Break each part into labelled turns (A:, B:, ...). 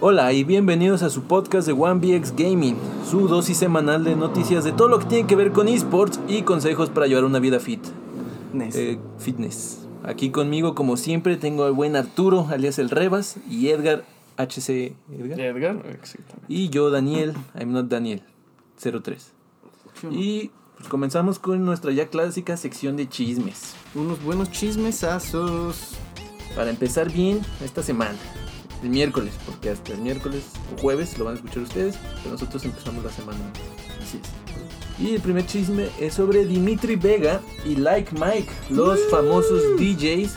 A: Hola y bienvenidos a su podcast de OneBX Gaming, su dosis semanal de noticias de todo lo que tiene que ver con esports y consejos para llevar una vida fit.
B: Nes.
A: Eh, fitness. Aquí conmigo, como siempre, tengo al buen Arturo, alias el Rebas, y Edgar HC Edgar.
C: Edgar, exactamente.
A: Y yo, Daniel, I'm not Daniel, 03. Y pues, comenzamos con nuestra ya clásica sección de chismes.
B: Unos buenos chismesazos.
A: Para empezar bien esta semana, el miércoles, porque hasta el miércoles o jueves lo van a escuchar ustedes, pero nosotros empezamos la semana.
B: Así es.
A: Y el primer chisme es sobre Dimitri Vega y Like Mike, los famosos DJs.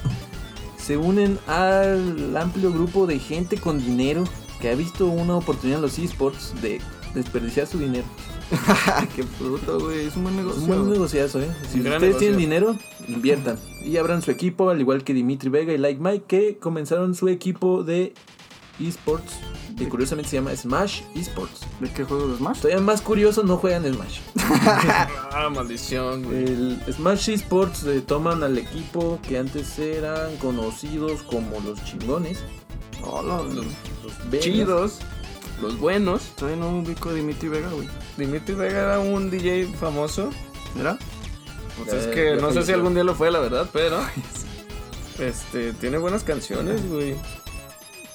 A: Se unen al amplio grupo de gente con dinero que ha visto una oportunidad en los esports de desperdiciar su dinero.
B: Qué puto, güey. Es un buen
A: Es
B: negocio.
A: un buen negociazo, ¿eh? Si
C: Gran
A: ustedes
C: negocio.
A: tienen dinero, inviertan. Y abran su equipo, al igual que Dimitri Vega y Like Mike, que comenzaron su equipo de esports, que curiosamente se llama Smash Esports.
B: ¿De qué juego de Smash?
A: Todavía más curioso, no juegan Smash.
C: Ah, maldición, güey.
A: El Smash Esports eh, toman al equipo que antes eran conocidos como los chingones,
B: Hola,
C: Los
B: güey.
A: los Vegas.
C: chidos, los buenos.
B: Todavía no ubico a Dimitri Vega, güey.
C: Dimitri Vega era un DJ famoso.
B: ¿Verdad?
C: Pues
A: Ya,
B: Eh,
C: es que
A: ya
C: no sé si
A: falleció.
C: algún día lo fue, la verdad, pero. Este, tiene buenas canciones, güey.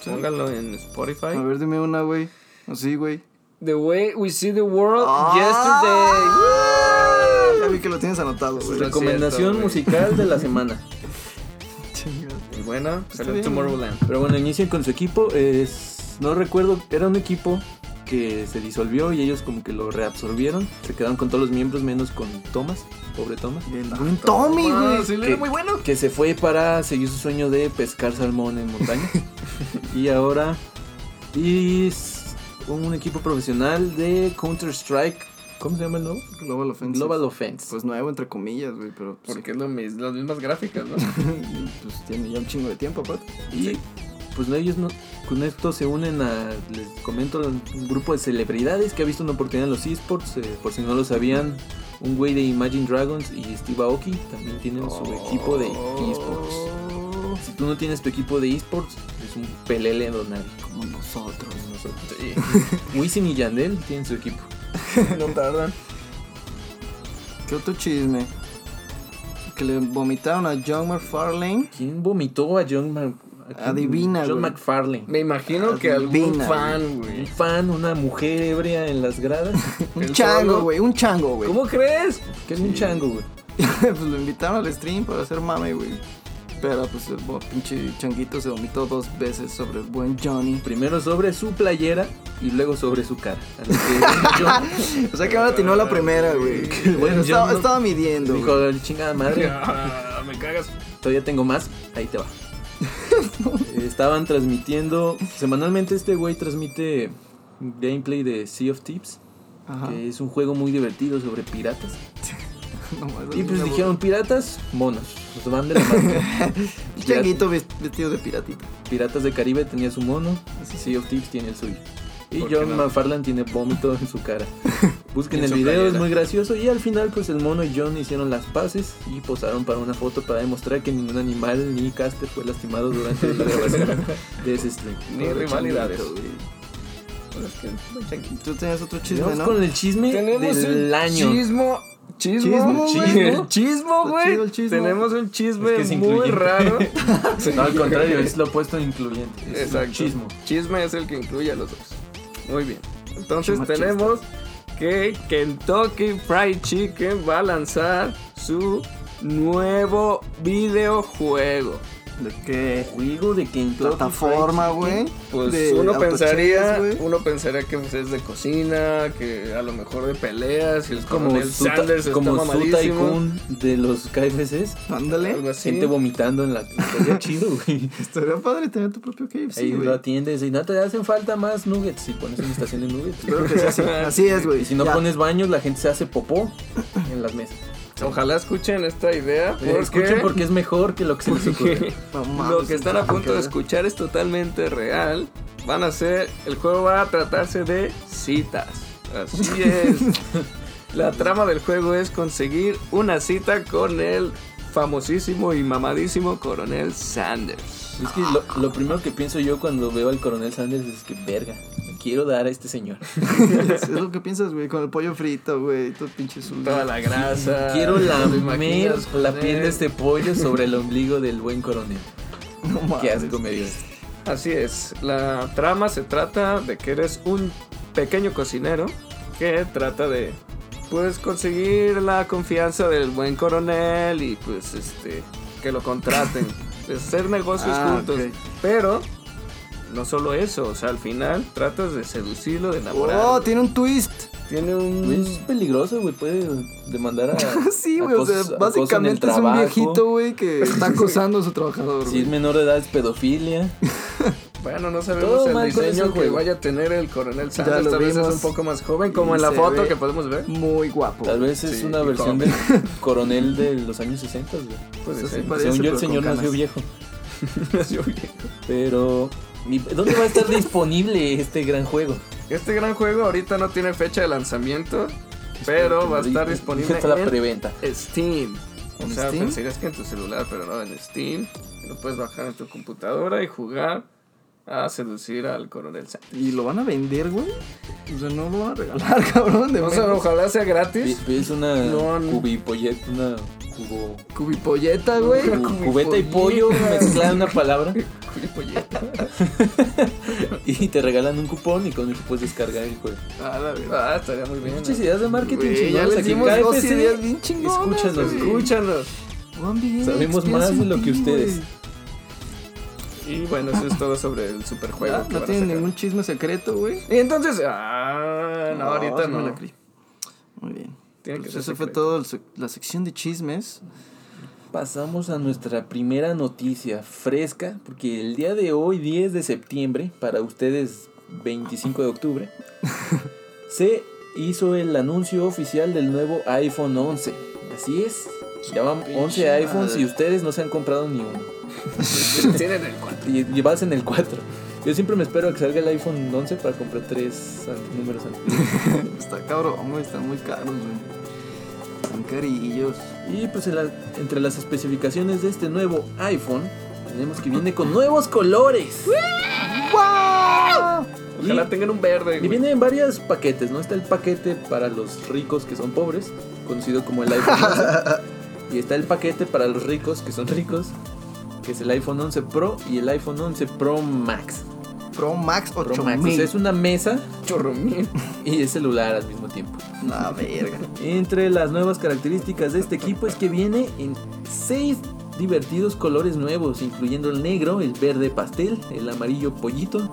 C: Póngalo en Spotify.
B: A ver, dime una, güey. Así, güey.
C: The Way We See the World
B: Ah.
C: Yesterday.
B: Ya vi que lo tienes anotado, güey.
C: Una-
A: Recomendación
C: Cierto, güey.
A: musical de la semana.
B: Chingado.
C: Muy buena. Salió en
B: bien.
C: Tomorrowland.
A: Pero bueno, inician con su equipo. es- no recuerdo, era un equipo que se disolvió y ellos como que lo reabsorbieron. Se quedaron con todos los miembros menos con Thomas, pobre Thomas.
B: Y el buen Tommy,
C: Ah,
B: güey.
C: sí,
A: ¿Qué?
C: era muy bueno.
A: Que se fue para seguir su sueño de pescar salmón en montaña. y ahora es un equipo profesional de Counter-Strike. ¿Cómo se llama el nuevo?
B: Global Offensive.
A: Global Offense.
B: Pues nuevo, entre comillas, güey. Pero pues,
C: Porque es lo mis- las mismas gráficas, ¿no?
B: y, pues tiene ya un chingo de tiempo, aparte.
A: Y pues no, ellos no, con esto se unen a, les comento, un grupo de celebridades que ha visto una oportunidad en los esports, eh, por si no lo sabían, un güey de Imagine Dragons y Steve Aoki también tienen su
C: Oh.
A: equipo de esports.
B: Oh.
A: Si tú no tienes tu equipo de esports, es un pelele donario.
B: Como nosotros.
A: Nosotros.
C: Sí.
A: Wisin y Yandel tienen su equipo.
C: No tardan.
B: ¿Qué otro chisme? Que le vomitaron a John McFarlane.
A: ¿Quién vomitó a John Mac- a quién?
B: Adivina,
A: John
B: güey.
A: McFarlane.
C: Me imagino que algún
B: Adivina,
C: fan,
A: Un
C: güey.
A: fan, una mujer ebria en las gradas.
B: Un
C: ¿El
B: chango,
C: solo?
B: güey, un chango, güey.
C: ¿Cómo crees?
A: que es un chango, güey.
B: pues lo invitaron al stream para hacer mame, güey. Pero pues el bo- pinche changuito se vomitó dos veces sobre el buen Johnny.
A: Primero sobre su playera y luego sobre su cara. A lo que John
B: O sea que ahora atinó la primera, güey.
A: buen
B: Bueno, estaba,
A: John, ¿no?
B: estaba midiendo.
A: dijo,
B: güey.
A: chingada madre,
C: Ah, me cagas.
A: todavía tengo más, ahí te va. Estaban transmitiendo, semanalmente este güey transmite gameplay de Sea of Tips,
B: Ajá.
A: que es un juego muy divertido sobre piratas.
B: No, mames,
A: Y pues
B: una
A: dijeron, piratas, monos, los van de la mano.
B: bo- Un changuito vest- vestido de piratita.
A: Piratas de Caribe tenía su mono, Sea of Tips tiene el suyo. Y
C: ¿Por qué
A: John
C: no?
A: McFarlane tiene vómito en su cara. Busquen
C: En
A: el
C: su
A: video, es
C: playera.
A: muy gracioso. Y al final, pues el mono y John hicieron las paces y posaron para una foto para demostrar que ningún animal ni caster fue lastimado durante la grabación de ese stream.
C: Ni
B: Pobre
C: rivalidades.
B: changuito, güey.
C: Pues es que no hay changuito.
B: Tú tenías otro chisme,
A: Vamos
B: ¿no?
A: con el chisme
C: Tenemos
A: del
C: un
A: año.
C: chismo.
B: Chismo,
C: Chismo,
B: güey.
C: chismo, chismo,
B: Está
C: güey.
B: chido el chismo.
C: Tenemos un chisme
A: Es que es
C: muy
A: incluyente.
C: raro.
A: No, al contrario, es lo opuesto de incluyente. Es un
C: Exacto.
A: chismo.
C: Chisme es el que incluye a los dos. Muy bien. Entonces
B: Chismo chiste.
C: tenemos que Kentucky Fried Chicken va a lanzar su nuevo videojuego.
B: ¿De qué?
A: Juego de Kentucky Fried
B: Plataforma,
A: Chicken.
B: güey.
C: Pues
B: de
C: uno
B: autochefs,
C: pensaría,
B: güey.
C: uno pensaría que pues, es de cocina, que a lo mejor de peleas, y el
A: Como
C: coronel
A: su, ta-
C: Sanders
A: como
C: está
A: su
C: mamadísimo.
A: tycoon de los KFCs.
C: Algo
B: Ándale.
C: así.
A: Gente vomitando en la. Estaría chido, güey.
B: Estaría padre tener tu propio KFC,
A: Ahí lo
B: güey.
A: atiendes y no te hacen falta más nuggets si pones una estación de nuggets.
B: Espero que sea así. Así es, güey.
A: Y si no
B: Ya.
A: pones baños, la gente se hace popó en las mesas.
C: Ojalá escuchen esta idea
A: Eh, Escuchen
C: porque
A: porque es mejor que lo que se les ocurre.
B: No mames,
C: lo que están a punto de
B: escuchar.
C: escuchar es totalmente real. Van a ser, el juego va a tratarse de citas. Así es. La trama del juego es conseguir una cita con el famosísimo y mamadísimo coronel Sanders.
A: Es que lo, lo primero que pienso yo cuando veo al coronel Sanders es que, verga, me quiero dar a este señor.
B: es lo que piensas, güey, con el pollo frito, güey, y todo pinche suyo.
C: Toda la grasa.
A: Quiero
C: ¿te lo
A: lamer
C: imaginas Eh, con
A: la
C: él?
A: piel de este pollo sobre el ombligo del buen coronel.
B: No
A: Qué
B: mames.
A: asco me dio.
C: Así es. La trama se trata de que eres un pequeño cocinero que trata de pues conseguir la confianza del buen coronel y pues este que lo contraten, de hacer negocios
B: Ah,
C: juntos.
B: ok.
C: Pero no solo eso, o sea, al final tratas de seducirlo, de enamorarlo.
B: Oh, tiene un twist.
C: Tiene
A: Güey,
C: un
A: Es peligroso, güey, puede demandar a.
B: Sí, güey, o sea,
A: acoso- acoso en el
B: básicamente es un
A: trabajo.
B: viejito, güey, que está acosando a su trabajador,
A: Si
B: güey.
A: es menor de edad es pedofilia.
C: Bueno, no sabemos
A: Todo
C: el
A: mal con
C: diseño
A: ese
C: que
A: juego.
C: vaya a tener el coronel
B: Ya
C: Sanders.
B: lo
C: Tal vez es
B: vimos.
C: un poco más joven, como en la
B: se
C: foto
B: ve.
C: que podemos ver.
B: Muy guapo.
A: Tal vez es
C: Sí,
A: una
C: y
A: versión
C: con-
A: del coronel de los años 60, güey.
C: Pues
B: Eso sí
C: sí,
B: parece,
A: Según yo, el
B: pero con
A: señor
B: canas.
A: nació viejo.
C: nació bien.
A: Pero. ¿y ¿Dónde va a estar disponible este gran juego?
C: Este gran juego ahorita no tiene fecha de lanzamiento, pero va a estar disponible
A: Hasta Este, la
C: en
A: preventa.
C: Steam. O
B: ¿En
C: sea,
B: Steam?
C: pensarías que en tu celular, pero no, en Steam. Lo puedes bajar en tu computadora y jugar a seducir al coronel Sanders.
B: ¿Y lo van a vender, güey? O sea, no lo van a regalar, cabrón. De
C: O sea,
B: menos.
C: ojalá sea gratis.
A: Es es una
C: No, no.
A: cubipollet, una cubo.
B: Cubipolleta, güey.
A: cu- cubeta y pollo mezclada en una palabra y te regalan un cupón y con eso puedes descargar el juego.
B: Ah, la verdad.
C: Ah, estaría muy bien.
A: Muchas ideas de marketing
B: Güey, ya
A: chingonas
B: les
A: aquí en
B: dimos dos
A: KFC.
B: ideas bien chingonas,
A: Escúchanos,
B: güey.
C: Escúchanos.
B: One Bien
A: Sabemos más de lo que
B: Experience,
A: ustedes.
B: güey.
C: Y bueno, eso es todo sobre el superjuego.
B: Ah,
C: que
B: No
C: van a
B: tienen
C: sacar.
B: ningún chisme secreto, güey.
C: Y entonces, ah, no, ahorita
B: sí me
C: no.
B: la creí. Muy bien.
C: Tiene que
B: Pues
C: ser
B: eso fue
C: secreto.
B: todo el sec- la sección de chismes.
A: Pasamos a nuestra primera noticia fresca, porque el día de hoy, 10 de septiembre, para ustedes 25 de octubre, se hizo el anuncio oficial del nuevo iPhone 11. Así es, ya van
B: Pinche
A: 11 iPhones
B: madre.
A: y ustedes no se han comprado ni uno.
C: Tienen el cuarto.
A: Y y vas en el 4. Yo siempre me espero a que salga el iPhone 11 para comprar tres an- números antes.
B: Está cabrón, güey. Están muy caros, güey. Están carillos.
A: Y pues en la- entre las especificaciones de este nuevo iPhone, tenemos que viene con nuevos colores.
B: ¡Wow!
C: Ojalá
A: Y-
C: tengan un verde,
A: Y
C: güey.
A: viene en varios paquetes, ¿no? Está el paquete para los ricos que son pobres, conocido como el iPhone 11. y está el paquete para los ricos que son ricos, que es el iPhone 11 Pro y el iPhone 11 Pro Max.
B: Pro Max
A: Pro Max. O
B: 8000.
A: sea, es una mesa
C: Chorromín.
A: y es celular al mismo tiempo.
B: La verga.
A: Entre las nuevas características de este equipo es que viene en seis divertidos colores nuevos, incluyendo el negro, el verde pastel, el amarillo pollito,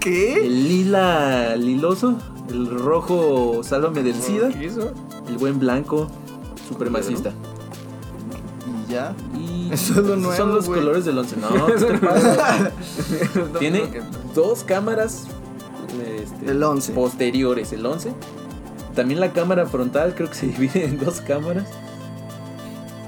B: ¿Qué?
A: el lila liloso, el rojo sálvame del sida.
C: ¿Qué hizo?
A: El buen blanco supremacista.
B: Y ya.
A: Y
B: Eso es lo
A: esos
B: nuevo,
A: son los
B: güey.
A: colores del 11. No, ¿qué te pasa?
C: No,
A: tiene
C: creo que-
A: dos cámaras este,
B: El 11.
A: posteriores, el 11. También la cámara frontal creo que se divide en dos cámaras.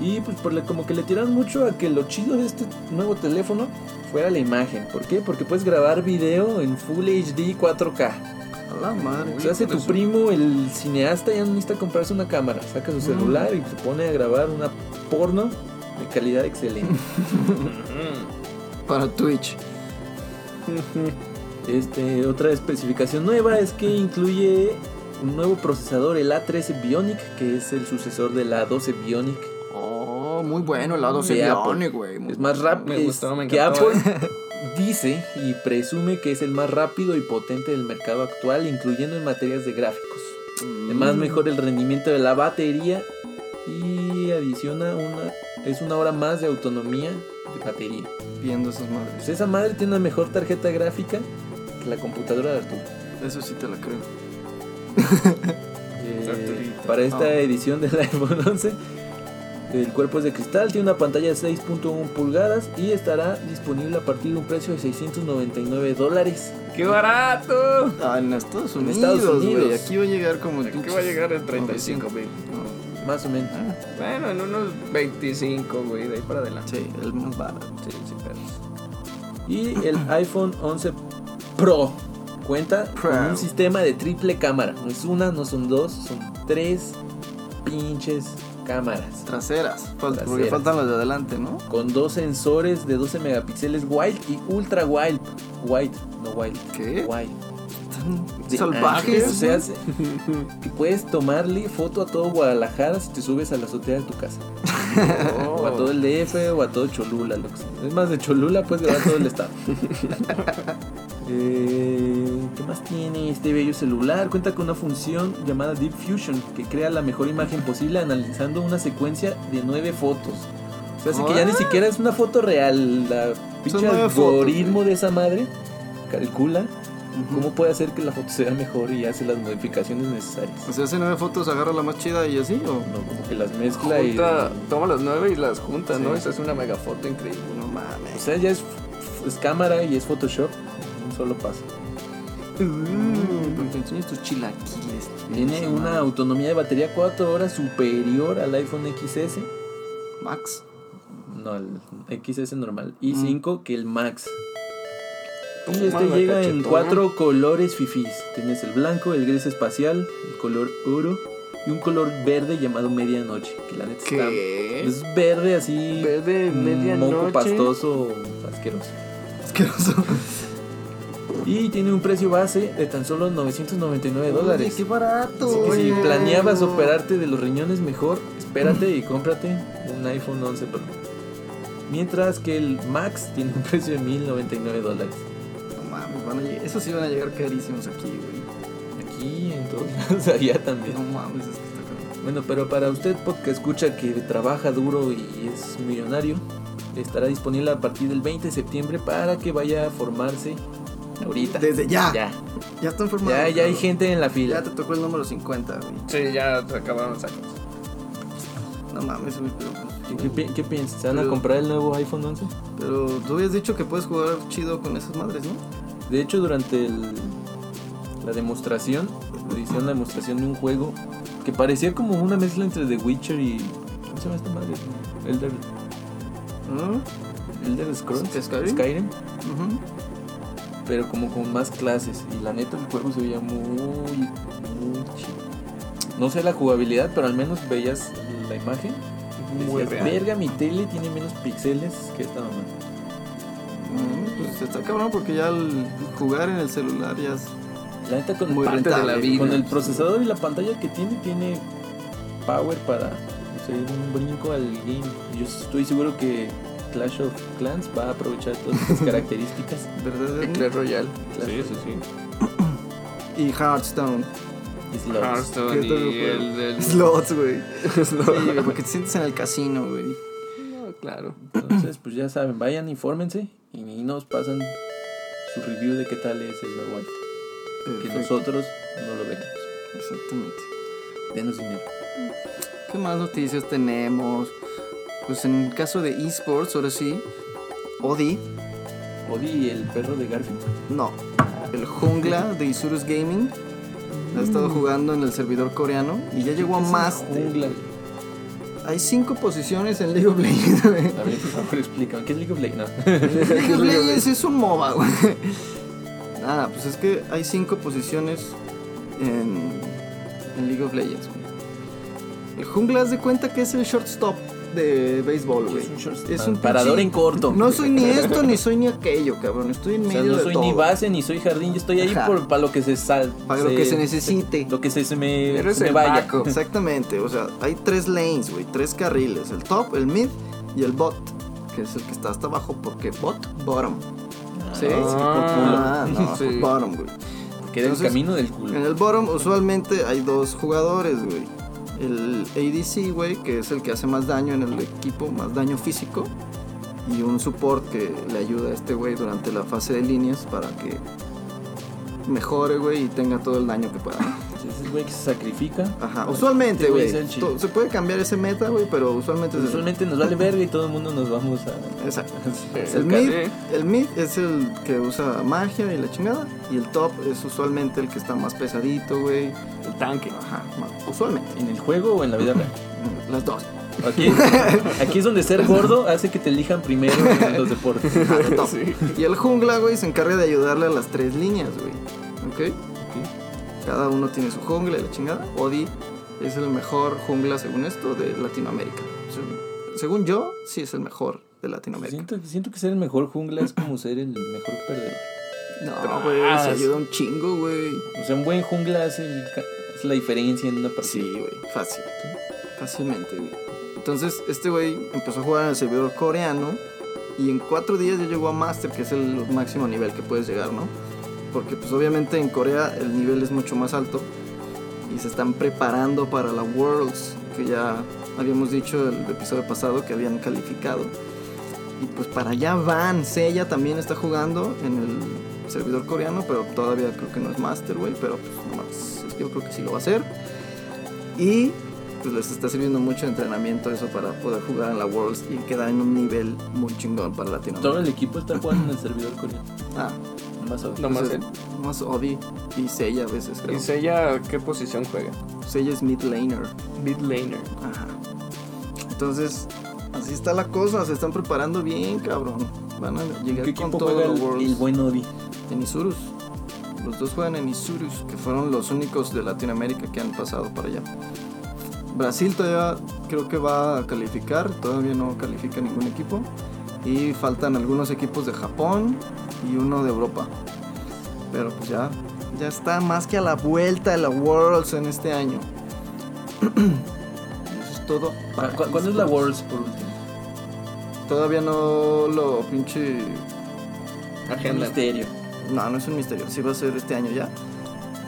A: Y pues por la- como que le tiran mucho a que lo chido de este nuevo teléfono fuera la imagen. ¿Por qué? Porque puedes grabar video en Full HD 4K.
B: A la madre.
A: O sea, hace tu
C: Eso.
A: primo, el cineasta, ya no necesita comprarse una cámara. Saca su celular y se pone a grabar una porno de calidad excelente.
C: Mm.
B: Para Twitch.
A: Este, otra especificación nueva es que incluye un nuevo procesador, el A13 Bionic, que es el sucesor del A12 Bionic.
B: Oh, muy bueno. El lado
A: De
B: se
A: Apple.
B: güey. muy
A: Es más
C: Me
A: rápido.
C: gustó, me
A: que
C: encantó, ¿eh?
A: Apple dice y presume que es el más rápido y potente del mercado actual, incluyendo en materias de gráficos.
B: bueno.
C: Mm.
A: Además mejora el rendimiento de la batería y adiciona una es una hora más de autonomía de batería.
B: Viendo esas madres.
A: Pues esa madre tiene una mejor tarjeta gráfica que la computadora de Arturo.
B: Eso sí te la creo.
A: Eh,
C: Arturito.
A: para esta
B: Ah.
A: edición del iPhone 11, el cuerpo es de cristal, tiene una pantalla de 6.1 pulgadas y estará disponible a partir de un precio de 699 dólares.
C: ¡Qué barato!
B: Ah, en Estados
A: En
B: Unidos.
A: Estados
B: güey.
A: Unidos.
B: Aquí va a llegar como.
C: ¿Qué
B: pinches-
C: va a llegar en 35 mil?
B: No,
A: Más o menos.
B: Ah.
C: Bueno, en unos 25, güey, de ahí para adelante.
B: Sí, el más barato.
C: Sí, sí, pero-
A: Y el iPhone 11 Pro cuenta
B: Pro.
A: con un sistema de triple cámara. No es una, no son dos, son tres pinches cámaras
B: Traseras. Fal- Porque
A: Traseras.
B: faltan las de adelante, ¿no?
A: con dos sensores de 12 megapíxeles wide y ultra wide. Wide, no wild.
B: ¿Qué?
A: Wide.
B: Están
A: de
B: salvajes.
A: ancho, o sea, ah, se- que puedes tomarle foto a todo Guadalajara si te subes a la azotea de tu casa.
C: Oh,
A: O a todo el DF o a todo Cholula. Lo que sea. Es más, de Cholula pues, puedes grabar todo el estado. Eh, ¿Qué más tiene este bello celular? Cuenta con una función llamada Deep Fusion que crea la mejor imagen posible analizando una secuencia de nueve fotos. O sea, así que ya ni
B: Ah.
A: siquiera es una foto real. La pinche
B: nueve fotos,
A: algoritmo
B: güey.
A: de esa madre calcula
B: Ujú.
A: ¿Cómo puede hacer que la foto sea mejor y hace las modificaciones necesarias?
B: O sea, hace nueve fotos, agarra la más chida y así, ¿o?
A: No, como que las mezcla y...
C: Junta, toma las nueve y las junta,
B: Sí.
C: ¿no? Esa es una megafoto increíble.
B: No
A: O
B: mames.
A: sea, ya es, es cámara y es Photoshop. Un solo paso.
B: Mm, pero te enseñas tus chilaquiles.
A: Tiene una autonomía de batería 4 horas superior al iPhone XS.
B: Max.
A: No, al XS normal. Y
B: Mm.
A: 5 que el Max. Y
C: Toma
A: este
C: la
A: llega en
C: cachetona.
A: cuatro colores fifís. Tienes el blanco, el gris espacial, el color oro y un color verde llamado medianoche. Que la neta está...
C: ¿Qué?
A: Es verde así...
C: Verde,
A: un
C: medianoche.
A: Mm, moco pastoso asqueroso.
B: Asqueroso.
A: Y tiene un precio base de tan solo 999 dólares.
B: Oye, Qué
A: Así
B: barato.
A: que si
B: oye.
A: planeabas operarte de los riñones mejor, espérate y cómprate un iPhone 11 Pro. Mientras que el Max tiene un precio de 1099 dólares.
B: No mames, van a llegar. Esos sí van a llegar carísimos aquí, güey.
A: Aquí, en todos lados, allá también.
B: No mames, es que está caro.
A: Bueno, pero para usted, porque escucha que trabaja duro y es millonario, estará disponible a partir del 20 de septiembre para que vaya a formarse ahorita.
B: Desde ya. Ya,
A: Ya,
B: están formados.
A: ya, ya hay
B: cabrón.
A: gente en la
B: Ah, Ya
A: fila.
B: te tocó el número 50, güey.
C: Sí, ya se acabaron los años.
B: No mames, güey, pero.
A: ¿Qué, pi- qué piensas? ¿Se van a
B: Pero-
A: comprar el nuevo iPhone 11?
B: Pero tú habías dicho que puedes jugar chido con esas madres, ¿no?
A: De hecho, durante el- la demostración, hicieron la demostración de un juego que parecía como una mezcla entre The Witcher y. ¿Cómo se llama esta madre? Elder,
B: ¿No?
A: Elder Scrolls.
B: ¿Skyrim?
A: Skyrim.
B: Ujú.
A: Pero como con más clases. Y la neta, el juego se veía muy. muy chido. No sé la jugabilidad, pero al menos veías la imagen. y
C: Muy
A: decías,
C: real.
A: Verga, mi tele tiene menos píxeles que esta mamá.
B: Mm, Pues está cabrón porque ya al jugar en el celular ya es
A: La neta, con
B: muy
C: Parte de la
B: rentable.
C: vida.
A: Con el procesador y la pantalla que tiene, tiene power para hacer un brinco al game. Yo estoy seguro que Clash of Clans va a aprovechar todas estas características.
B: ¿Verdad? ¿eh?
C: El
B: Edwin?
C: Clash Royale.
A: Clash
C: Sí, sí, sí.
B: Y Hearthstone.
A: y Slots.
C: Hearthstone
B: ¿Qué otro
C: y
B: juego?
C: el del...
B: Slots, güey. Sí,
C: Slot.
B: güey, porque te sientes en el casino, güey.
C: No, claro.
A: Entonces, pues ya saben, vayan, infórmense y, y nos pasan su review de qué tal es el nuevo iPhone. Que
B: Perfecto.
A: nosotros no lo veremos.
B: Exactamente.
A: Denos dinero.
B: ¿Qué más noticias tenemos? Pues en el caso de esports, ahora sí, Odi,
A: Odi, el perro de Garfield.
B: no, el jungla de Isurus Gaming, ha
A: Mm.
B: estado jugando en el servidor coreano y ya llegó a
A: Es una
B: más.
A: jungla.
B: Hay cinco posiciones en League of Legends. güey.
A: A ver, por favor, explícame. ¿Qué es League of Legends? No.
B: League of Legends es un MOBA, güey. Nada, pues es que hay cinco posiciones en, en League of Legends, güey. El jungla haz de cuenta que es el shortstop de béisbol, güey.
A: shortstop.
B: Es un
A: parador
B: pinche-
A: en corto.
B: No soy ni esto, ni soy ni aquello, cabrón. Estoy en
A: O
B: medio
A: sea, no
B: de
A: soy
B: todo.
A: ni base ni soy jardín, yo estoy ahí
B: Ajá.
A: por para lo que se sal,
B: Para lo que se necesite.
A: lo que se, se me,
C: Eres
A: se me
C: el
A: vaya.
C: Paco.
B: Exactamente, o sea, hay tres lanes, güey, tres carriles, el top, el mid y el bot, que es el que está hasta abajo porque bot, bottom.
C: Sí.
B: Ah,
A: Ah,
B: no,
C: Sí.
B: pues bottom, güey.
A: que era el
B: Entonces, eh,
A: camino del
B: En
A: culo.
B: el bottom usualmente hay dos jugadores, güey. El ADC, güey, que es el que hace más daño en el equipo, más daño físico. Y un support que le ayuda a este güey durante la fase de líneas para que mejore, güey, y tenga todo el daño que pueda.
A: Entonces, ese güey que se sacrifica.
B: Ajá,
A: Este
B: usualmente,
A: güey
B: güey.
A: es el Pues chido.
B: to- Se puede cambiar ese meta, güey, pero usualmente es el-
A: Usualmente nos vale verga y todo el mundo nos vamos a
B: Exacto.
C: El
B: El mid,
C: carril.
B: el mid es el que usa magia y la chingada. Y el top es usualmente el que está más pesadito, güey.
C: El tanque.
B: Ajá, ma- usualmente.
A: en el juego o en la vida real.
B: Las dos.
A: Aquí, aquí es donde ser gordo hace que te elijan primero en los deportes.
B: Al top.
C: Sí.
B: Y el jungla, güey, se encarga de ayudarle a las tres líneas, güey. ¿Ok? Cada uno tiene su jungla y la chingada. Odi es el mejor jungla, según esto, de Latinoamérica. Se- Según yo, sí es el mejor de Latinoamérica.
A: Siento, siento que ser el mejor jungla es como ser el mejor perdedor.
B: No, güey, se ayuda un chingo, güey.
A: O sea, un buen jungla es, el ca- es la diferencia en una
B: Sí,
A: partida.
B: güey, fácil. Fácilmente, güey. Entonces, este güey empezó a jugar en el servidor coreano y en cuatro días ya llegó a Master, que es el máximo nivel que puedes llegar, ¿no? Porque pues obviamente en Corea el nivel es mucho más alto y se están preparando para la Worlds, que ya habíamos dicho el episodio pasado que habían calificado. Y pues para allá van, Sella también está jugando en el servidor coreano, pero todavía creo que no es Master, güey, pero pues nomás, yo creo que sí lo va a hacer. Y pues les está sirviendo mucho de entrenamiento eso para poder jugar en la Worlds y quedar en un nivel muy chingón para
A: Todo
B: Latinoamérica.
A: el equipo está jugando en el servidor coreano.
B: Ah,
A: Más o-
C: No más
B: entonces, nomás Obi y Sella a veces, creo.
C: Pues ¿Y Sella qué posición juega?
B: Sella es mid laner.
C: Mid laner.
B: Ajá. Entonces, así está la cosa, se están preparando bien, cabrón. Van a llegar
A: ¿Qué
B: con
A: equipo
B: todo
A: juega
B: los
A: el,
B: Worlds
A: el buen Odi?
B: en Isurus. Los dos juegan en Isurus, que fueron los únicos de Latinoamérica que han pasado para allá. Brasil todavía creo que va a calificar, todavía no califica ningún equipo. Y faltan algunos equipos de Japón y uno de Europa. Pero pues ya, ya está más que a la vuelta de la Worlds en este año. Eso es todo. para
A: ¿Cu- ¿Cuándo es la
B: esports.
A: Worlds por último?
B: Todavía no lo pinche
A: Un
C: Agenda.
A: Misterio.
B: No, no es un misterio. Sí va a ser este año ya.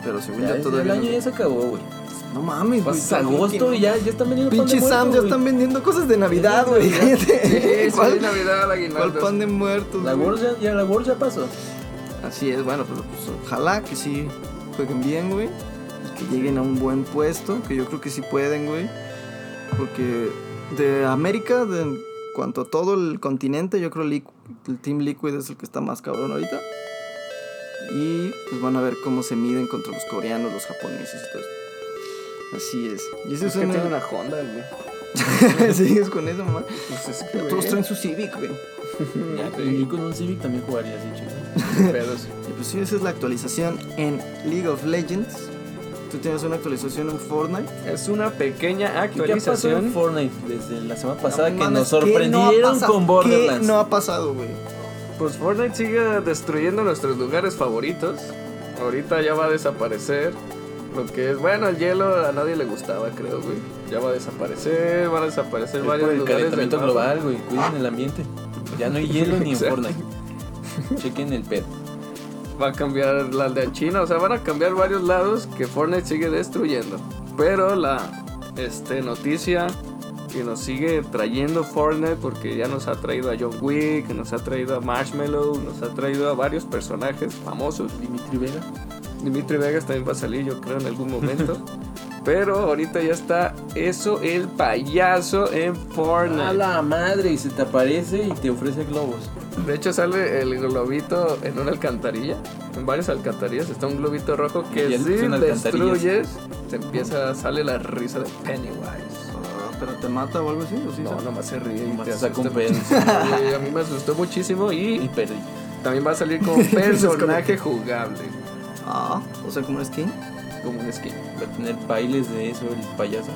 B: Pero según
A: Pues Ya,
B: yo todavía.
A: el año ya se acabó, güey.
B: no- No mames, güey.
A: Pasas agosto y ya, ya están vendiendo pan de
B: Pinche Sam, ya
A: muerto,
B: están
A: güey.
B: vendiendo cosas de Navidad, güey. Cállate.
C: Sí,
B: ¿Cuál,
C: sí, Navidad,
B: cuál
C: aguinaldo.
B: pan de muertos?
A: La
B: güey?
A: Worlds ya, ya- la Worlds ya pasó.
B: Así es, bueno, pero pues, ojalá que sí jueguen bien, güey. y Que lleguen a un buen puesto, que yo creo que sí pueden, güey. Porque de América, de, en cuanto a todo el continente, yo creo Liqu- el Team Liquid es el que está más cabrón ahorita. Y pues van a ver cómo se miden contra los coreanos, los japoneses y todo esto. Así es. Y eso
C: Es
B: es
C: que
B: en
C: tiene una Honda, güey.
B: Sigues con eso, mamá.
C: Pues es que,
B: Pero todos
C: güey,
B: traen su Civic, güey.
A: Ya,
C: sí,
A: yo con un Civic también jugaría así, chido.
C: pedos.
B: Y pues sí, esa es la actualización en League of Legends. Tú tienes una actualización en Fortnite.
C: Es una
A: ¿Qué
C: pequeña
A: ha pasado en
C: actualización.
A: Fortnite desde la semana pasada
B: No
A: que
B: mames,
A: nos
B: ¿qué no ha
A: sorprendieron
B: pasado?
A: con Borderlands?
B: ¿Qué no ha pasado, güey?
C: Pues Fortnite sigue destruyendo nuestros lugares favoritos. Ahorita ya va a desaparecer. Lo que es, bueno, el hielo a nadie le gustaba, creo, güey. Ya va a desaparecer, van a desaparecer
A: Es por
C: varios
A: el
C: lugares del
A: calentamiento
C: mapa.
A: global, güey. Cuiden el ambiente. Ya no hay hielo ni en
C: Exacto.
A: Fortnite. Chequen el pedo.
C: Va a cambiar la aldea china, o sea, van a cambiar varios lados que Fortnite sigue destruyendo. Pero la este, noticia que nos sigue trayendo Fortnite, porque ya nos ha traído a John Wick, nos ha traído a Marshmallow, nos ha traído a varios personajes famosos.
A: Dimitri Vega.
C: Dimitri Vegas también va a salir, yo creo, en algún momento. Pero ahorita ya está eso, el payaso en
A: A
C: Fortnite.
A: la madre, y se te aparece y te ofrece globos.
C: De hecho, sale el globito en una alcantarilla. En varias alcantarillas está un globito rojo
A: Y
C: que
A: él
C: si
A: son alcantarillas.
C: destruyes, se empieza, sale la risa de Pennywise.
B: Ah, pero te mata o algo así, ¿o sí?
C: No, nomás se ríe y
A: Nomás
C: te
A: te saca un
C: asusta
A: pedo.
C: muchísimo, güey. A mí me asustó muchísimo
A: Y
C: y
A: perdí.
C: también va a salir como personaje jugable,
B: Ah, o sea, como un skin.
C: como un skin.
A: Va a tener bailes de eso el payaso.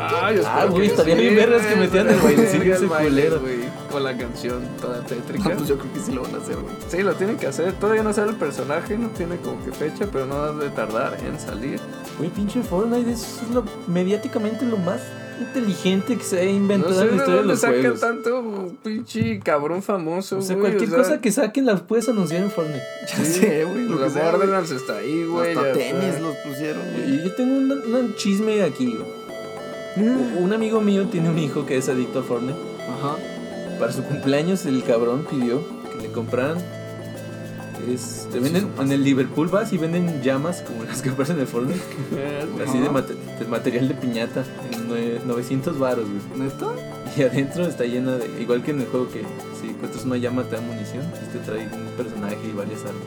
C: Ah, yo
A: Ah,
C: espero
A: güey,
C: que
A: estaría
C: sí,
A: bien vergas que
C: güey,
A: metían
C: estaría
A: el bailecillo
C: verga el
A: ese
C: baile,
A: culero. Ah,
C: güey, Con la canción toda tétrica.
B: pues yo creo que sí lo van a hacer, güey.
C: Sí, lo tienen que hacer. Todavía no sale el personaje, no tiene como que fecha, pero no ha de tardar en salir.
A: Güey, pinche Fortnite es lo, mediáticamente lo más inteligente que se ha
C: No
A: inventado
C: sé
A: en la
C: de
A: historia de
C: dónde
A: los
C: sacan
A: juegos.
C: tanto pinche cabrón famoso,
A: O sea,
C: güey,
A: cualquier
C: o sea,
A: cosa que saquen las puedes anunciar en Fortnite.
B: Ya sé, güey, lo
C: La
B: que sea,
C: Borderlands está ahí, güey.
B: Hasta
C: ya
B: tenis
C: está.
B: los pusieron, güey.
A: Y yo tengo un, un chisme aquí, güey. Un amigo mío tiene un hijo que es adicto a Fortnite.
B: Ajá.
A: Para su cumpleaños el cabrón pidió que le compraran. Es, te venden-
B: son
A: en el Liverpool vas y venden llamas como las que aparecen en el Fortnite. Así de, mate- de material de piñata. En nue- 900 varos, güey.
B: ¿Neta?
A: Y adentro está llena de. Igual que en el juego que si encuentras una llama te da munición, este trae un personaje y varias armas.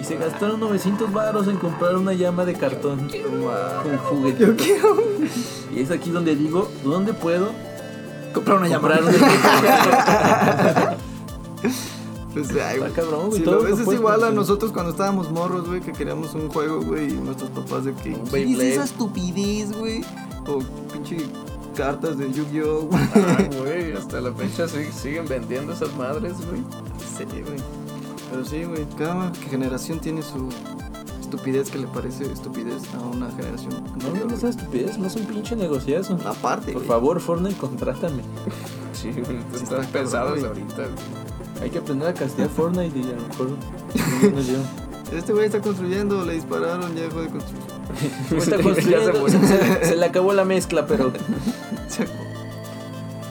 A: Y se gastaron 900 varos en comprar una llama de cartón con juguete.
B: Yo quiero
A: Y es aquí donde digo, ¿dónde puedo
B: comprar una
A: comprar
B: llamada.
A: un
B: Pues, ay, güey.
A: Está cabrón, güey.
B: Si
A: todo
B: lo
A: lo
B: ves es
A: puedes
B: igual a
A: conseguir.
B: nosotros cuando estábamos morros, güey, que queríamos un juego, güey, y nuestros papás de que.
A: Un
B: ¿Qué es
A: Beyblade.
B: esa estupidez, güey? O pinche cartas de Yu-Gi-Oh, güey.
C: Ah, güey, hasta la fecha sig- siguen vendiendo esas madres, güey.
B: Sí, güey. Pero sí, güey. Cada generación tiene su estupidez que le parece estupidez a una generación.
A: No,
B: anterior,
A: no, no
B: güey.
A: seas estupidez, no es un pinche negociazo.
B: Aparte,
A: Por
B: güey.
A: favor, Fortnite, contrátame.
C: Sí, güey,
B: Sí, está
C: están
B: cabrón,
C: pesados
B: güey.
C: ahorita, güey.
A: Hay que aprender a castear Fortnite y a lo mejor no nos lleva.
B: Este güey está construyendo, le dispararon, ya dejó de construir.
A: O está
C: Ya se
A: construyendo,
C: murió.
A: se, se le acabó la mezcla, pero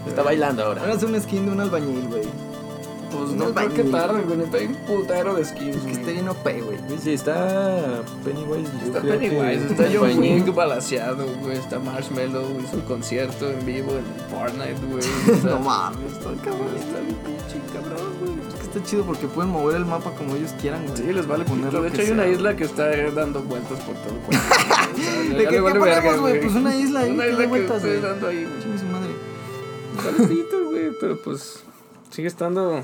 A: está bailando ahora.
B: Ahora es una skin de un albañil, güey.
C: Pues
B: Un
C: no creo
B: albañil.
C: que tarde, güey. Está un putero de skins,
B: Que esté
C: güey.
B: bien OP, güey.
A: Sí, está Pennywise. yo
C: Está
A: creo que
C: Pennywise, está John
A: albañil.
C: Wick balaseado, güey. Está Marshmallow, hizo un concierto en vivo en Fortnite, güey. Está-
B: No mames, está cabrón.
C: Está bien pinche cabrón, güey.
B: Es que está chido porque pueden mover el mapa como ellos quieran, güey.
C: Sí, les vale
B: Poner
C: ponerlo.
B: lo
C: De
B: que
C: hecho, hay una
B: sea.
C: isla que está dando vueltas por todo el cuarto. güey. O sea,
B: ¿De
C: ya- ya
B: qué,
C: le
B: qué
C: vale
B: ponemos,
C: verga,
B: güey? Pues una isla ahí
C: Una
B: que da
C: isla que
B: vueltas,
C: estoy
B: güey.
C: dando ahí, güey.
B: Chingue su madre.
C: Pobrecito, güey. Pero pues sigue estando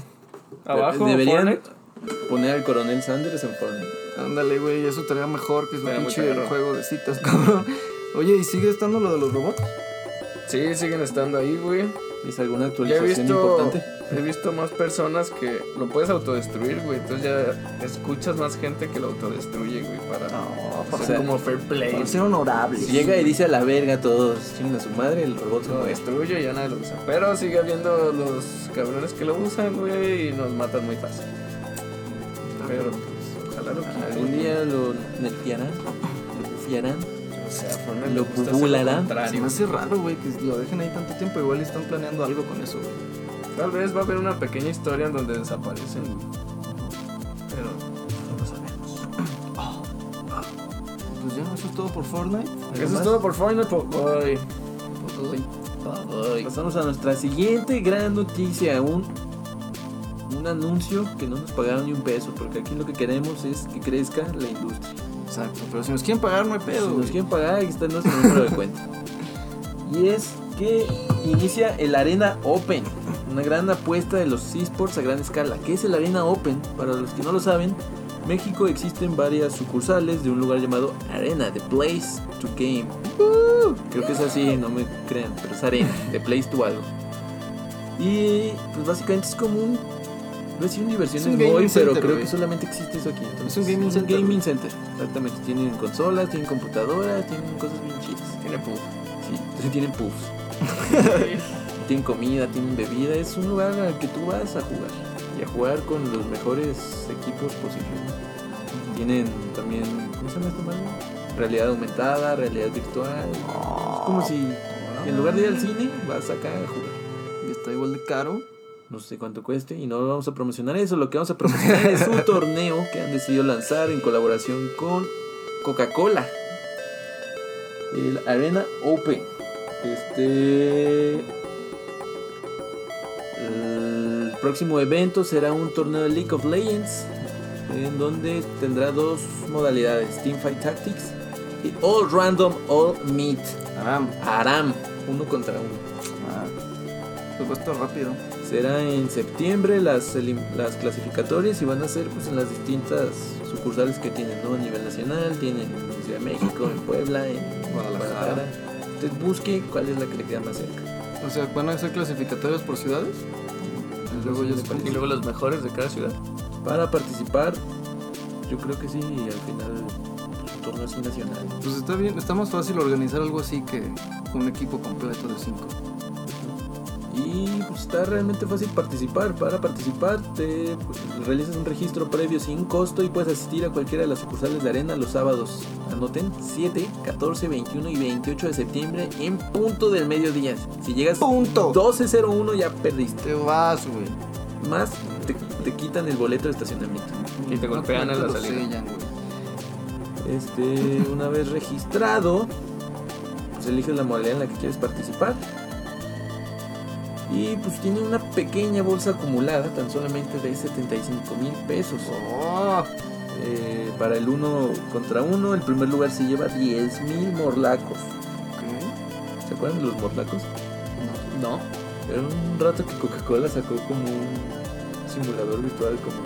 C: abajo.
A: Deberían
C: Fortnite.
A: poner al coronel Sanders en Fortnite.
B: Ándale, güey, eso estaría mejor que es un
C: Estaría muy
B: pinche
C: perro.
B: juego de citas, cabrón. Oye, ¿y sigue estando lo de los robots?
C: Sí, siguen estando ahí, güey.
A: ¿Es alguna
C: Ya he
A: actualización
C: visto,
A: importante?
C: he visto más personas que lo puedes autodestruir, güey. Entonces ya escuchas más gente que lo autodestruye, güey. Para
B: No,
C: hacer
A: sea,
C: como fair play.
B: Ah, para ser honorables.
A: Si llega y dice a la verga a todos, chingan a su madre, el robot se
C: Lo
A: muere.
C: destruye y ya nadie lo usa. Pero sigue habiendo los cabrones que lo usan, güey, y nos matan muy fácil. Pero pues, ojalá lo quiten.
A: Algún día lo nerfearán, lo bufiarán.
C: O sea, Fortnite le
A: lo
C: gusta hacer
A: bubularán.
B: Se
C: contrario.
B: me hace raro, güey, que lo dejen ahí tanto tiempo. Igual están planeando algo con eso, güey.
C: Tal vez va a haber una pequeña historia en donde desaparecen. güey. Pero
B: Pues ya, eso es todo por Fortnite.
C: eso es todo por Fortnite, po- boy.
B: güey.
A: Pasamos a nuestra siguiente gran noticia, un, un anuncio que no nos pagaron ni un peso, porque aquí lo que queremos es que crezca la industria.
B: Exacto, pero si nos quieren pagar, no hay
A: Si
B: pedo,
A: nos
B: güey.
A: quieren pagar, aquí está nuestro número de cuenta. Y es que inicia el Arena Open, una gran apuesta de los esports a gran escala. ¿Qué es el Arena Open? Para los que no lo saben, en México existen varias sucursales de un lugar llamado Arena, The Place to Game. Creo que es así, no me crean, pero es Arena, The Place to algo. Y pues básicamente es como un... No es un diversión
B: Es un gaming
A: pero
B: center,
A: creo
B: güey.
A: que solamente existe eso aquí. Entonces,
B: Es un gaming center,
A: gaming center. Exactamente. Tienen consolas, tienen computadoras, tienen cosas bien chidas.
C: Tiene puff.
A: Sí, entonces tienen puffs. Tienen comida, tienen bebida. Es un lugar al que tú vas a jugar. Y a jugar con los mejores equipos posibles. ¿no? Tienen también, ¿cómo se llama esta madre? Realidad aumentada, realidad virtual. Es como si en lugar de ir al cine, vas acá a jugar.
B: Y está igual de caro.
A: No sé cuánto cueste y no vamos a promocionar eso. Lo que vamos a promocionar es un torneo que han decidido lanzar en colaboración con Coca-Cola. El Arena Open. Este. El próximo evento será un torneo de League of Legends. En donde tendrá dos modalidades: Teamfight Tactics y All Random All Meet.
C: Ah.
B: Aram.
A: Aram. Uno contra uno.
B: Ah, pues va a estar rápido.
A: Será en septiembre las, elim- las clasificatorias y van a ser pues, en las distintas sucursales que tienen, ¿no? A nivel nacional, tienen en Ciudad de México, en Puebla, en
B: Guadalajara.
A: Guadalajara. Entonces busque cuál es la que le queda más cerca.
B: O sea, ¿van a ser clasificatorios por ciudades? Y luego ya se
C: Y luego los mejores de cada ciudad.
A: Para participar, yo creo que sí, y al final pues, un torneo así nacional.
B: Pues está bien, está más fácil organizar algo así que un equipo completo de cinco.
A: Y pues, está realmente fácil participar. Para participar, te pues, realizas un registro previo sin costo y puedes asistir a cualquiera de las sucursales de Arena los sábados. Anoten 7, 14, 21 y 28 de septiembre en punto del mediodía. Si llegas
B: ¡Punto!
A: 12.01 ya perdiste.
B: Te vas, güey.
A: Más te, te quitan el boleto de estacionamiento.
C: Y te golpean
B: No
C: en la
B: te lo
C: salida.
B: sellan, güey.
A: Este, una vez registrado, pues eliges la modalidad en la que quieres participar. Y pues tiene una pequeña bolsa acumulada, tan solamente de 75 mil pesos.
B: Oh,
A: Eh, para el uno contra uno, el primer lugar se lleva 10 mil morlacos.
B: ok.
A: ¿Se acuerdan de los morlacos?
B: No.
A: No. Era un rato que Coca-Cola sacó como un simulador virtual como.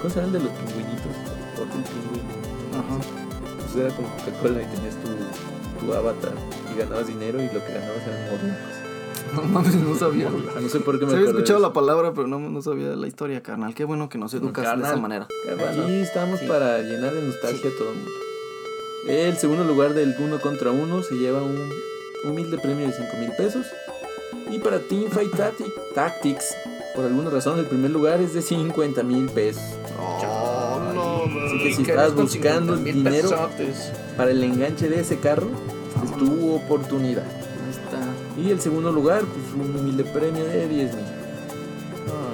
A: ¿Cómo se llama el de los pingüinitos? Otro pingüino.
B: Ajá.
A: Pues era como Coca-Cola y tenías tu, tu avatar y ganabas dinero y lo que ganabas eran monedas.
B: No mames, no sabía. güey.
A: Ah, No sé por qué me
B: Se
A: acordé
B: había
A: de
B: escuchado
A: eso.
B: la palabra, pero no, no sabía la historia, carnal. Qué bueno que nos educas de esa
A: carnal.
B: manera.
A: Aquí estamos
B: Sí.
A: para llenar de nostalgia a todo el mundo. El segundo lugar del uno contra uno se lleva un humilde premio de 5 mil pesos. Y para Team Fight Tacti- Tactics, por alguna razón, el primer lugar es de 50 mil pesos.
B: Oh, no,
A: Así
B: güey.
A: que si estás buscando dinero para el enganche de ese carro, esta es tu oportunidad.
B: Ahí está.
A: Y el segundo lugar, pues un humilde premio de 10 mil.
B: Ah.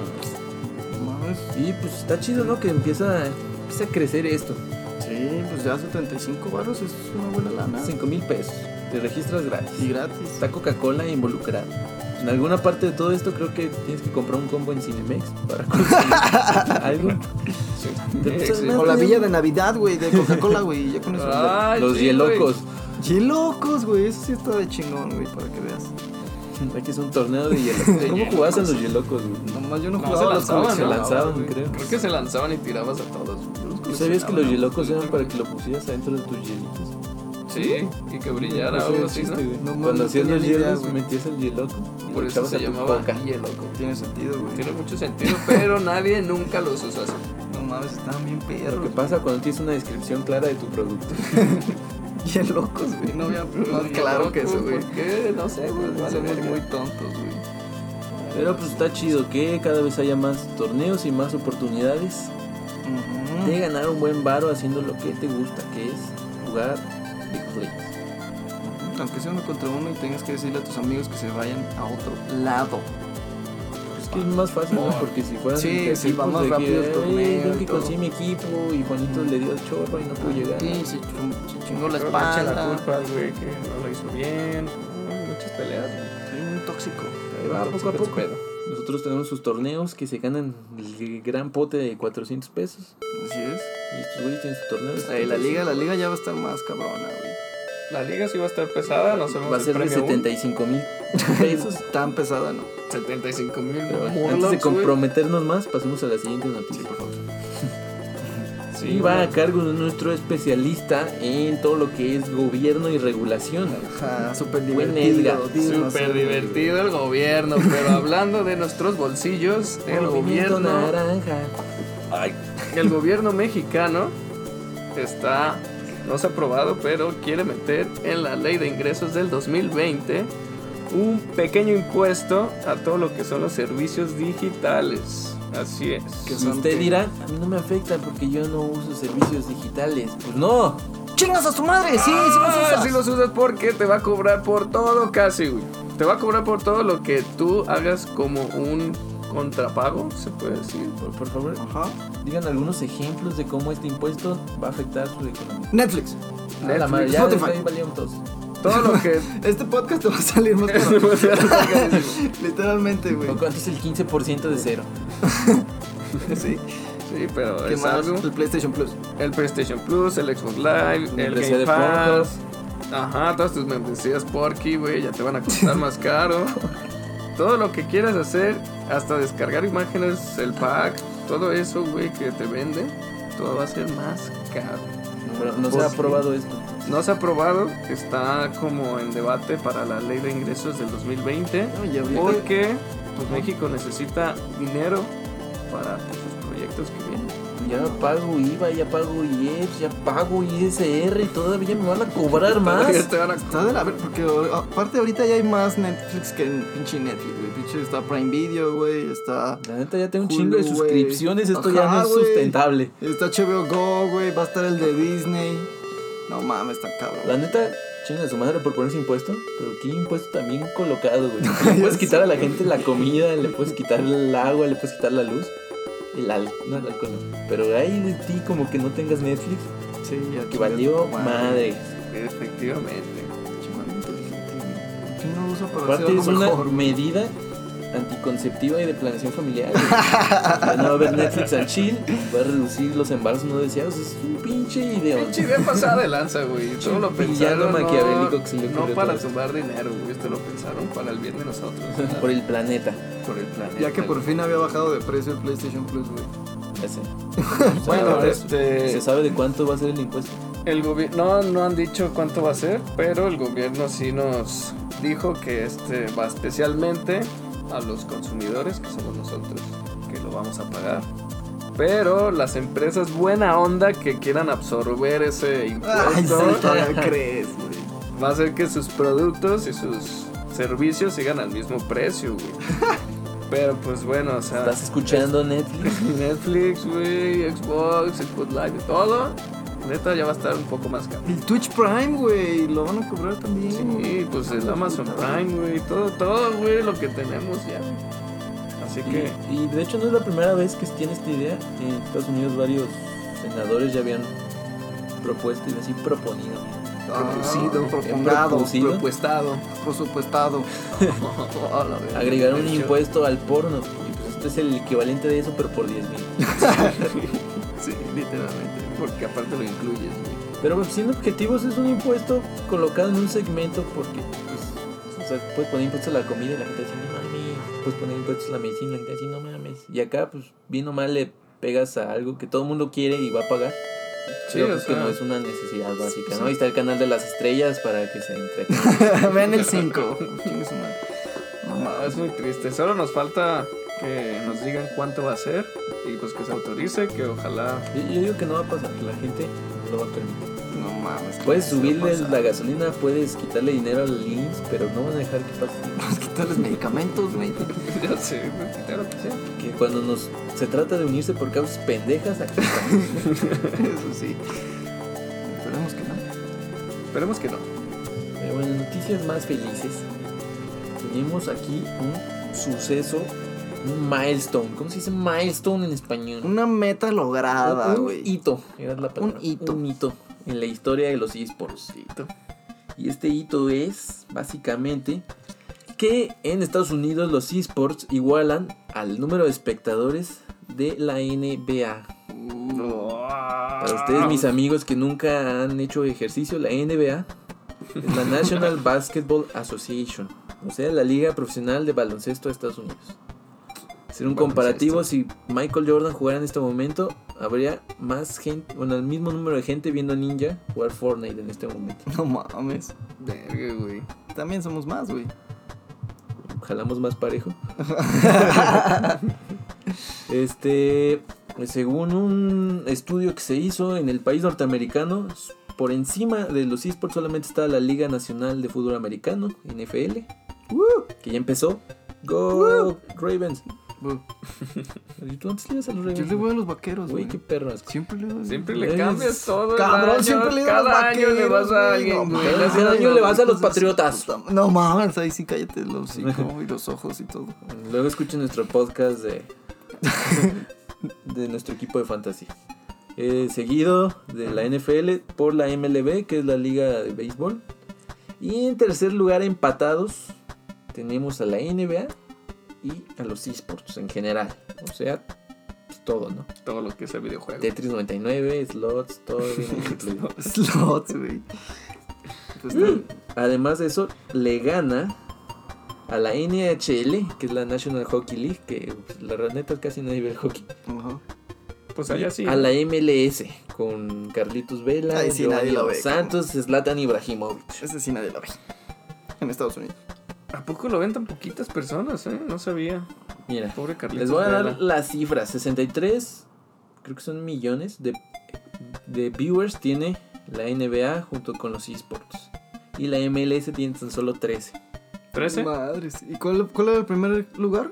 B: Mames.
A: Y pues está chido, ¿no? Que empieza, empieza a crecer esto.
B: Sí, pues ya 75 barros es una buena lana.
A: 5 mil pesos. Te registras Ah. gratis.
B: Y gratis.
A: Está Coca-Cola involucrada. En alguna parte de todo esto creo que tienes que comprar un combo en Cinemex para conseguir algo. Te
C: Sí,
A: pasas
C: sí.
A: más
B: O la
A: de-
B: villa de Navidad, güey, de Coca-Cola, güey. Ya con eso.
C: Ah. Ay,
A: Los
C: sí,
A: hielocos.
B: Qué locos, güey. Eso sí está de chingón, güey, para que veas.
A: Aquí es un torneo de hielocos. ¿Cómo jugabas en los hielocos, güey?
B: Nomás yo no
C: No,
B: jugaba
C: se
B: las
C: lanzaban,
A: Se
C: ¿no?
B: coleccionaba,
A: lanzaban,
B: güey.
A: creo.
C: Creo que se lanzaban y tirabas a todos.
A: ¿Tú sabías que los hielocos eran para que lo pusieras adentro de tus hielitos?
C: Sí, y que brillara
A: Ese
C: o algo
A: era
C: así,
A: el
C: ¿no?
A: chiste, güey.
B: No, no,
A: Cuando
B: no
A: hacías
B: tenía
A: los
B: ni idea,
A: hielos,
B: güey.
A: metías el hieloco y
C: Por
A: lo
C: eso
A: echabas a
C: se
A: tu
C: llamaba
A: coca.
C: hieloco.
B: Tiene sentido, güey.
C: Tiene mucho sentido, pero nadie nunca los usó así.
B: No mames, estaban bien
A: Lo
B: perros.
A: que
B: güey.
A: pasa cuando tienes una descripción clara de tu producto.
B: Bien locos, güey. No había más
C: Los
B: claro
C: hielocos,
B: que eso, güey.
C: ¿Por qué? No sé, güey. vale
B: Somos
C: verga.
B: muy tontos, güey.
A: Pero pues está chido que cada vez haya más torneos y más oportunidades
B: Ujú.
A: de ganar un buen varo haciendo lo que te gusta, que es jugar Big Plays.
B: Aunque sea uno contra uno y tengas que decirle a tus amigos que se vayan a otro lado.
A: Es que es más fácil, ¿no?
C: Oh.
A: Porque si fueran
B: Sí,
A: entre
B: sí,
A: equipos
B: va más
A: de
B: rápido el
A: "Ey,
B: torneo
A: tengo
B: y
A: que
B: todo". Mm.
A: conseguir mi equipo y Juanito le dio el chorro y no pudo llegar.
B: Sí, se, chum- se chingó la
C: Pero le echa
B: espalda.
C: La culpa, al güey, que no lo hizo bien. Ay, Muchas peleas, güey.
B: Sí, muy tóxico.
A: Ahí va, poco a
C: Tóxico,
A: poco.
C: pedo.
A: Nosotros tenemos sus torneos que se ganan el gran pote de 400 pesos.
B: Así es.
A: Y estos güeyes tienen su torneo. de
B: Eh, la
A: 75.
B: liga, la liga ya va a estar más cabrona, güey.
C: La liga sí va a estar pesada, no sabemos
A: Va a
C: el
A: ser de
C: premio aún.
A: 75 mil pesos.
B: Tan pesada, ¿no?
C: 75 mil
A: Pero bueno, antes de comprometernos más, pasemos a la siguiente noticia, por favor. Y va a cargo de nuestro especialista en todo lo que es gobierno y regulación.
B: Ajá, súper
A: Buen
B: divertido.
A: Edgar.
B: tío,
C: Súper
B: no sé,
C: divertido el gobierno, pero hablando de nuestros bolsillos, el
A: Movimiento
C: gobierno,
A: naranja. Ay,
C: el gobierno mexicano está, no se ha aprobado, pero quiere meter en la ley de ingresos del 2020 un pequeño impuesto a todo lo que son los servicios digitales. Así es.
B: Que
A: y
B: son
A: usted
B: que-
A: dirá, a mí no me afecta porque yo no uso servicios digitales. Pues no.
B: güey. ¡Chingas a su madre! Sí, sí los
C: Ah,
B: usas.
C: sí los usas porque te va a cobrar por todo casi, güey. Te va a cobrar por todo lo que tú hagas como un contrapago, se puede decir.
A: Por, por favor,
B: Ajá.
A: digan algunos ejemplos de cómo este impuesto va a afectar su economía.
B: Netflix.
A: A la madre,
C: Netflix,
A: ya
B: Spotify.
A: desde ahí valieron todos.
C: Todo lo que...
B: Este podcast te va a salir más caro. Literalmente, güey.
A: ¿O ¿Cuánto es el 15% de cero?
B: Sí.
C: sí, pero
B: ¿Qué
C: es
B: más?
C: algo.
B: El PlayStation Plus.
C: El PlayStation Plus, el Xbox Live, el
A: Membresía
C: Game
A: de
C: Pass. Ajá, todas tus membresías Porky, güey, ya te van a costar más caro. Todo lo que quieras hacer, hasta descargar imágenes, el pack, todo eso, güey, que te venden, todo va a ser más caro.
A: Pero no se ha
B: Pues,
A: aprobado esto.
C: No se ha aprobado, está como en debate para la ley de ingresos del 2020,
B: No, y ahorita-
C: porque pues, México necesita dinero para pues, sus proyectos que vienen.
A: Ya pago IVA, ya pago IEPS, ya pago ISR y todavía me van a cobrar
C: Todavía
A: más.
C: te van a-
B: Está de la ver- porque o- aparte ahorita ya hay más Netflix que en pinche Netflix, güey. Pinche está Prime Video, güey, está
A: La neta ya tengo un
B: Hulu,
A: chingo de
B: güey.
A: suscripciones, esto ya
B: Ajá,
A: no es
B: güey.
A: sustentable.
B: está HBO Go, güey, va a estar el de Disney. No mames, está cabrón.
A: La neta, chinga su madre por ponerse impuesto, pero qué impuesto también colocado, güey. Le
B: Ya
A: puedes
B: sé,
A: quitar a la
B: güey.
A: gente la comida, le puedes quitar el agua, le puedes quitar la luz. El alcohol, no el alcohol no. Pero ahí de ti como que no tengas Netflix,
B: Sí, ya
A: que valió madre.
C: Efectivamente.
B: ¿Por qué no lo usa para hacer
A: Aparte
B: algo
A: es una
B: mejor?
A: medida anticonceptiva y de planeación familiar. güey. Ya no va a haber Netflix al chill, va a reducir los embarazos no deseados. Es un pinche ideón.
C: Pinche idea pasada de lanza, güey. Todo lo
A: Villano
C: pensaron.
A: maquiavélico
C: No,
A: que se le
C: no
A: ocurrió
C: para
A: todo.
C: tumbar dinero, güey. Esto lo pensaron para el bien de nosotros.
A: Por el planeta. por el planeta.
B: Ya que por
A: güey.
B: fin había bajado de precio el PlayStation Plus, güey.
A: Ya sé.
C: Bueno,
A: Ahora,
C: este.
A: ¿Se sabe de cuánto va a ser el impuesto?
C: El gobierno. No, no han dicho cuánto va a ser, pero el gobierno sí nos dijo que este va especialmente a los consumidores, que somos nosotros, que lo vamos a pagar. Pero las empresas buena onda que quieran absorber ese impuesto
B: crees, güey.
C: va a hacer que sus productos y sus servicios sigan al mismo precio, güey. Pero pues bueno, o sea.
A: ¿Estás escuchando Netflix?
C: Netflix, güey, Xbox, Xbox Live, y todo. Neta ya va a estar un poco más caro.
B: El Twitch Prime, güey, lo van a cobrar también.
C: Sí, pues el Amazon Prime, güey, todo, todo, güey, lo que tenemos ya. Así que,
A: Y, y de hecho no es la primera vez que tiene esta idea. En Estados Unidos varios senadores ya habían propuesto y así proponido.
B: Ah, Propusido,
A: propongado,
B: propongado,
A: propusido.
B: propuestado, presupuestado.
C: a la verga.
A: Agregar un
C: De hecho,
A: impuesto al porno. Y pues este es el equivalente de eso, pero por 10 mil.
C: Sí, literalmente, porque aparte lo incluyes, güey.
A: Pero pues, siendo objetivos es un impuesto colocado en un segmento porque pues, o sea, puedes poner impuestos a la comida y la gente dice, no mames. Puedes poner impuestos a la medicina y la gente dice, no mames. Y acá pues bien o mal le pegas a algo que todo el mundo quiere y va a pagar.
C: Sí,
A: Pero,
C: o
A: pues, que
C: sea,
A: no es una necesidad básica,
C: sí.
A: ¿no? Ahí está el canal de las estrellas para que se entretengan.
B: Ven el 5. No
C: no,
B: mames.
C: es muy triste. Solo nos falta que nos digan cuánto va a ser y pues que se autorice, que ojalá.
A: Yo, yo digo que no va a pasar, que la gente no lo va a permitir.
B: No mames.
A: Puedes
B: ¿qué les va a
A: subirle la
B: pasar?
A: gasolina, puedes quitarle dinero al IMSS, pero no van a dejar que pase.
B: Pues quitarles medicamentos, güey.
C: Ya sé, güey, quitar lo que sea.
A: Que cuando nos se trata de unirse por causas pendejas, aquí estamos.
B: Eso sí. Esperemos que no.
C: Esperemos que no.
A: Pero bueno, noticias más felices. Tenemos aquí un suceso, un milestone. ¿Cómo se dice milestone en español?
B: Una meta lograda,
A: un
B: güey.
A: hito. Era la palabra.
B: Un hito.
A: Un hito en la historia de los esports.
C: Tito.
A: Y este hito es básicamente que en Estados Unidos los esports igualan al número de espectadores de la NBA. Para ustedes, mis amigos que nunca han hecho ejercicio, la NBA es la National Basketball Association, o sea, la Liga Profesional de Baloncesto de Estados Unidos. Hacer un comparativo, si Michael Jordan jugara en este momento, habría más gente, bueno, el mismo número de gente viendo a Ninja jugar Fortnite en este momento.
B: No mames.
C: Verga, güey.
B: También somos más, güey.
A: jalamos más parejo. este, según un estudio que se hizo en el país norteamericano, s- por encima de los esports solamente está la Liga Nacional de Fútbol Americano, NFL, que ya empezó. Go Ravens.
B: Bu-
A: ¿Y tú antes le ibas a los
B: Pues, Yo
A: Ravens?
B: le voy a los vaqueros,
A: Güey,
B: güey.
A: qué perras.
B: Siempre le voy a
C: Siempre le
A: Es-
C: cambias todo. el
B: Cabrón,
C: Pues año,
B: siempre le das
C: Cada año le vas a alguien, güey.
A: mames.
C: Cada
A: año le vas a los
B: hijos de su
A: patriotas.
B: puta ma- No mames, ahí sí cállate los hocico y los ojos y todo.
A: Luego escuchen nuestro podcast de, de nuestro equipo de fantasía. Eh, seguido de la NFL por la MLB, que es la liga de béisbol. Y en tercer lugar, empatados, tenemos a la NBA y a los esports en general. O sea, pues, todo, ¿no?
C: Todo lo que es el videojuego.
A: Tetris 99, slots, todo bien incluido.
B: Slots, güey. Pues está-
A: Además de eso, le gana a la NHL, que es la National Hockey League, que pues, la verdad neta casi nadie ve el hockey.
B: Ajá.
C: Pues allá sí.
A: a la MLS con Carlitos Vela,
B: Ay, sí,
A: Giovanni
B: nadie lo
A: Dos
B: ve,
A: Santos, Zlatan Ibrahimovic.
B: Ese sí nadie lo ve. En Estados Unidos.
C: ¿A poco lo ven tan poquitas personas, eh? No sabía.
A: Mira,
C: Pobre Carlitos.
A: les voy a
C: Vela.
A: dar las cifras. 63, creo que son millones de, de viewers tiene la NBA junto con los esports. Y la MLS tiene tan solo 13.
C: 13.
B: Madres. ¿Y cuál, cuál era el primer lugar?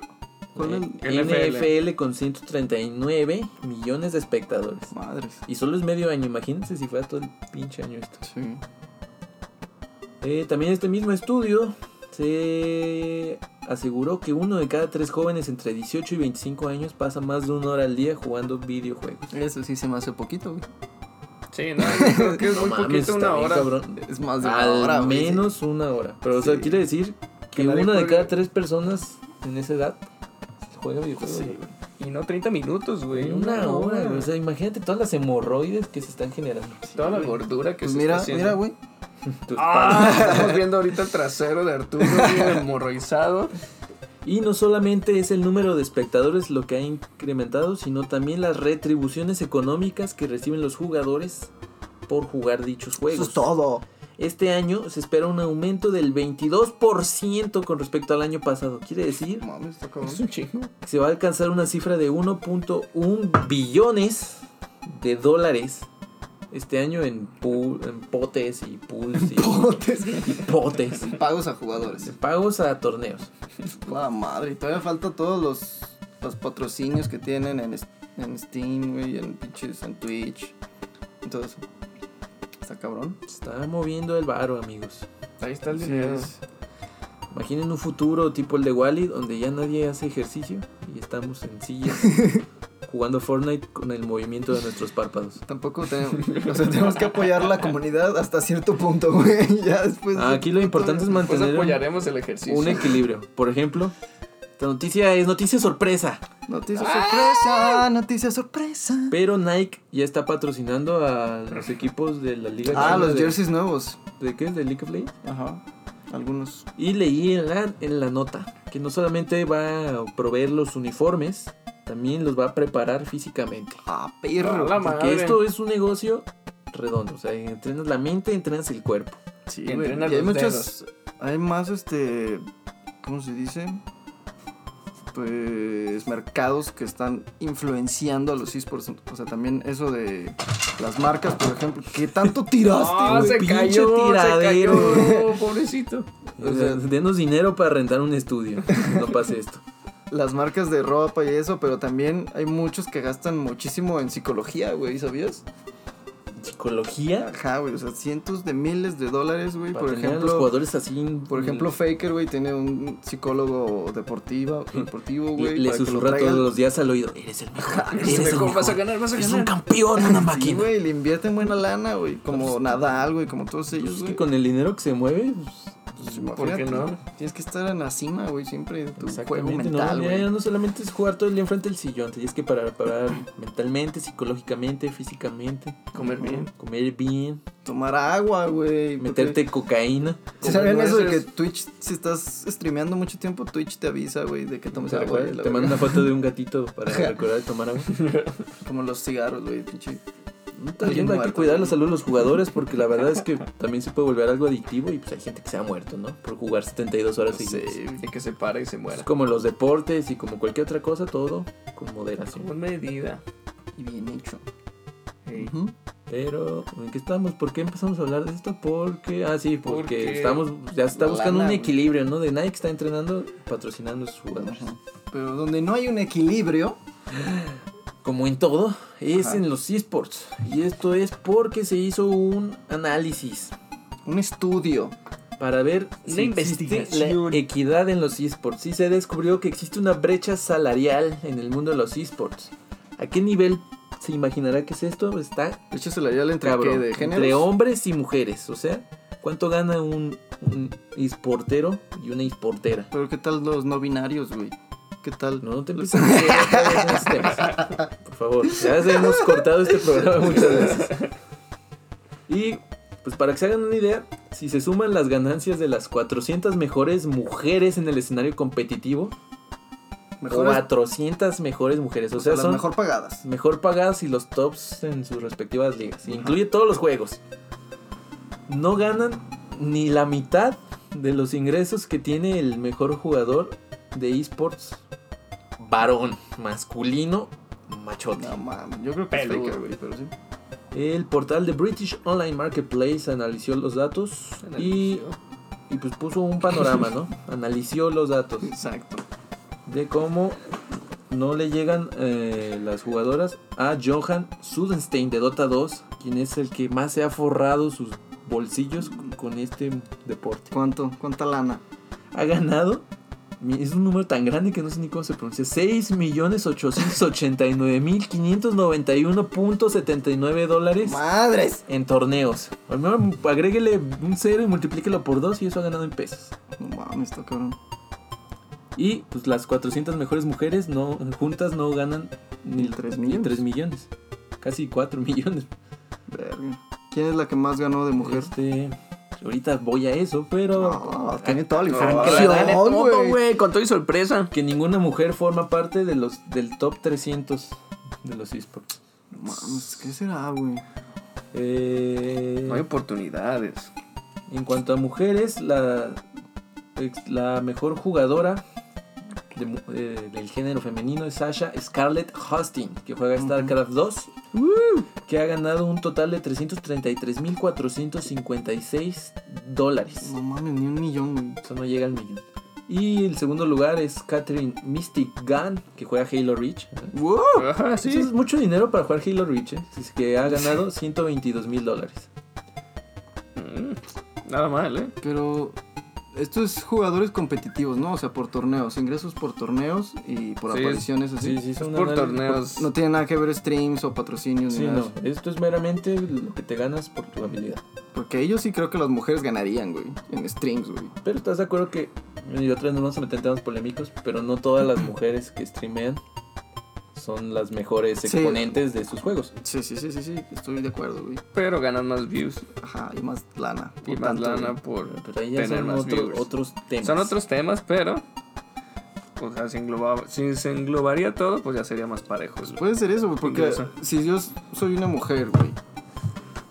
B: ¿Cuál
A: Eh,
B: el-
C: NFL?
A: NFL con 139 millones de espectadores.
B: Madres.
A: Y solo es medio año, imagínense si fuera todo el pinche año esto.
B: Sí.
A: Eh, también este mismo estudio se aseguró que uno de cada tres jóvenes entre 18 y 25 años pasa más de una hora al día jugando videojuegos.
B: Eso sí se me hace poquito, güey.
C: Sí, no, yo creo que es muy
A: mames,
C: poquito,
A: está
C: una
A: bien,
C: hora.
A: cabrón.
B: Es más de una
A: Al
B: hora, güey, sí.
A: menos una hora. Pero o sea,
B: Sí.
A: quiere decir que,
C: Que nadie
A: una de
C: juegue.
A: cada tres personas en esa edad juega videojuegos.
C: Sí,
A: güey.
C: güey. Y no 30 minutos, güey.
A: En una hora, güey. O sea, imagínate todas las hemorroides que se están generando.
C: Toda la gordura que
B: Pues
C: se
B: mira,
C: está haciendo. Pues,
B: mira, güey.
A: Tus
C: Ah, estamos viendo ahorita el trasero de Arturo, güey, hemorroizado.
A: Y no solamente es el número de espectadores lo que ha incrementado, sino también las retribuciones económicas que reciben los jugadores por jugar dichos
B: Eso
A: juegos.
B: es todo.
A: Este año se espera un aumento del 22% con respecto al año pasado. Quiere decir
B: Mames, está cabrón.
C: Es un chingo.
A: que se va a alcanzar una cifra de 1.1 billones de dólares este año en, pool- en potes y pools y
B: Potes.
A: potes. Pues,
B: Pagos a jugadores.
A: Pagos a torneos.
B: La madre. Y todavía falta todos los, los patrocinios que tienen en, es- en Steam, güey, en pinches, en Twitch. Y todo eso. Está cabrón.
A: Se está moviendo el varo, amigos.
C: Ahí está el
B: Sí
C: dinero.
B: es.
A: Imaginen un futuro tipo el de Wally, donde ya nadie hace ejercicio y estamos en sillas jugando Fortnite con el movimiento de nuestros párpados.
B: Tampoco tenemos, o sea, tenemos que apoyar la comunidad hasta cierto punto, güey. Ya después.
A: Ah, Aquí lo importante es
C: Pues
A: mantener un-
C: apoyaremos el ejercicio. Ah,
A: un equilibrio. Por ejemplo, esta noticia es noticia sorpresa,
B: Noticia sorpresa, noticia sorpresa.
A: pero Nike ya está patrocinando a los equipos de la liga.
B: Ah,
A: china
B: los
A: de-
B: jerseys nuevos.
A: ¿De qué? ¿De League of Legends?
B: Ajá. Algunos.
A: Y leí en la, en la nota que no solamente va a proveer los uniformes, también los va a preparar físicamente.
B: Ah, perro.
C: A la
A: Porque
C: madre.
A: esto es un negocio redondo. O sea, entrenas la mente, entrenas el cuerpo.
B: Sí,
C: Que
B: güey.
C: entrena
B: Y hay
C: los
B: muchas. Hay más, este. ¿Cómo se dice? Pues. Mercados que están influenciando a los esports. O sea, también eso de las marcas, por ejemplo. ¿Qué tanto tiraste,
C: Ah,
B: güey?
C: se
A: pinche
C: cayó,
A: tiradero.
C: se cayó, pobrecito.
A: O sea, denos dinero para rentar un estudio. No pase esto.
B: Las marcas de ropa y eso, pero también hay muchos que gastan muchísimo en psicología, güey, ¿sabías?
A: Psicología.
B: Ajá, güey, o sea, cientos de miles de dólares, güey,
A: Para
B: por
A: tener a los Mm.
B: ejemplo.
A: jugadores así.
B: Por ejemplo, Faker, güey, tiene un psicólogo deportivo, deportivo
A: le,
B: güey.
A: le
B: para que lo
A: susurra
B: traiga
A: todos los días al oído. Eres el mejor. Eres el
C: Mejor
A: mejor.
C: vas a ganar, vas a
A: Eres un
C: ganar.
A: campeón, una
B: Sí,
A: máquina.
B: güey, le invierten buena lana, güey. Como
A: Pues-
B: Nadal, güey, como todos
A: Pues
B: ellos,
A: es
B: güey.
A: que con el dinero que se mueve,
B: Pues,
C: ¿Por
B: imagínate,
C: qué no?
B: Tienes que estar en la cima, güey, siempre de tu
A: pues,
B: juego
A: exactamente. No,
B: mental,
A: Ya-
B: güey.
A: ya no solamente es jugar todo el día enfrente del sillón. Tienes que parar, parar mentalmente, psicológicamente, físicamente.
C: Comer bien.
A: Comer bien,
B: Tomar agua, güey. porque-
A: meterte cocaína.
B: ¿Sí ¿Sabían eso de que
C: nueces.
B: Twitch, si estás streameando mucho tiempo, Twitch te avisa, güey, de que tomes
A: ¿Te,
B: agua? y
A: acuerdas?
B: la
A: Ah, Te
B: verga.
A: mando una foto de un gatito para recordar de tomar agua.
B: Como los cigarros, güey, pinche. Alguien
A: También hay que
B: muerto,
A: cuidar
B: güey.
A: la salud de los jugadores porque la verdad es que también se puede volver algo adictivo y pues hay gente que se ha muerto, ¿no? Por jugar 72 horas
B: Sí,
A: seguidas.
B: güey.
C: Y eh, que se para y se
A: Es
C: muera.
A: como los deportes y como cualquier otra cosa, todo con moderación.
C: Con medida.
B: y bien hecho.
C: Ey.
B: Ujú.
A: Pero, ¿en qué estamos? ¿Por qué empezamos a hablar de esto? Porque, ah, sí, porque,
C: Porque
A: estamos, ya se está
B: la
A: buscando un
B: lana,
A: equilibrio, ¿no? De Nike está entrenando, patrocinando a sus jugadores.
B: Ajá. Pero donde no hay un equilibrio,
A: Como en todo, es
B: Ajá.
A: en los esports. Y esto es porque se hizo un análisis
B: un estudio.
A: para ver
C: Una
A: si existe
C: investigación.
A: la equidad en los esports. Sí se descubrió que existe una brecha salarial en el mundo de los esports. ¿A qué nivel se imaginará que es esto? Está
B: De hecho, se le haría el entre
A: cabrón.
B: qué, de género.
A: entre hombres y mujeres. O sea, ¿cuánto gana un, un esportero y una esportera?
B: Pero qué tal los no binarios, güey. ¿Qué tal?
A: No, no te empieces a meter otra vez en esos temas. Por favor, ya se hemos cortado este programa muchas veces. Y pues para que se hagan una idea, si se suman las ganancias de las 400 mejores mujeres en el escenario competitivo,
B: Mejores-
A: 400 mejores mujeres, o
B: o sea,
A: sea,
B: las
A: son mejor.
B: mejor pagadas.
A: pagadas y los tops en sus respectivas ligas.
B: Ajá.
A: Incluye todos los juegos. No ganan ni la mitad de los ingresos que tiene el mejor jugador de esports varón, masculino, machote.
B: No mames, yo creo que es
C: Peludo.
B: faker, güey, pero sí.
A: El portal de British Online Marketplace analizó los datos y, y pues puso un panorama, ¿no? analizó los datos.
B: Exacto.
A: de cómo no le llegan eh, las jugadoras a Johan Sudenstein de Dota 2, quien es el que más se ha forrado sus bolsillos con- con este deporte.
B: ¿Cuánto? ¿Cuánta lana?
A: Ha ganado, mi- es un número tan grande que no sé ni cómo se pronuncia, 6.889.591.79 dólares
B: ¡Madres!
A: en torneos. Al menos agréguele un cero y multiplíquelo por dos y eso ha ganado en pesos.
B: No mames, está cabrón.
A: Y pues las 400 mejores mujeres no juntas no ganan ni,
B: Ni tres
A: ni
B: millones.
A: tres millones. Casi 4 millones.
B: Verga. ¿Quién es la que más ganó de mujer?
A: Este, Ahorita voy a eso, pero. ah,
B: No, tiene toda Ah, la
C: No,
B: información,
C: dale todo,
B: güey.
C: güey, con todo y sorpresa.
A: Que ninguna mujer forma parte de los del top 300 de los esports.
B: Mames, ¿qué será, güey?
A: Eh,
C: No hay oportunidades.
A: en cuanto a mujeres, la, ex- la mejor jugadora de mu- eh, del género femenino es Sasha Scarlett Hosting, que juega StarCraft 2, que ha ganado un total de 333.456 dólares.
B: No mames, ni un millón, güey.
A: Eso no llega al millón. Y el segundo lugar es Catherine Mystic Gunn, que juega Halo Reach.
B: ¡Wow!
C: Ajá,
A: Eso es
C: sí.
A: mucho dinero para jugar Halo Reach, ¿eh? Así que ha ganado 122 mil dólares.
C: Mm, Nada mal, ¿eh?
B: Pero esto es jugadores competitivos, ¿no? O sea, por torneos, ingresos por torneos y por
C: Sí,
B: apariciones así.
A: sí, son
C: Por
A: anal-
C: torneos.
B: No tiene nada que ver streams o patrocinios
A: Sí,
B: ni nada.
A: no. Esto es meramente lo que te ganas por tu habilidad.
B: Porque ellos sí creo que las mujeres ganarían, güey. En streams, güey.
A: Pero estás de acuerdo que. bueno, Y otra vez nos vamos a meter en temas polémicos, pero no todas las mujeres que streamean son las mejores
B: Sí.
A: exponentes de sus juegos.
B: Sí, sí, sí, sí, sí. Estoy de acuerdo, güey.
C: Pero ganan más views
B: Ajá, y más lana.
C: y
B: por
C: más
B: tanto,
C: lana
B: güey.
C: por.
A: Pero ahí ya
C: Tener
A: son
C: más
A: otro-
C: viewers.
A: otros temas.
C: Son otros temas, pero. O sea, si, englobaba- si se englobaría todo, pues ya sería más parejo. güey.
B: Puede ser eso, güey. Porque
C: Ingresa.
B: si yo soy una mujer, güey.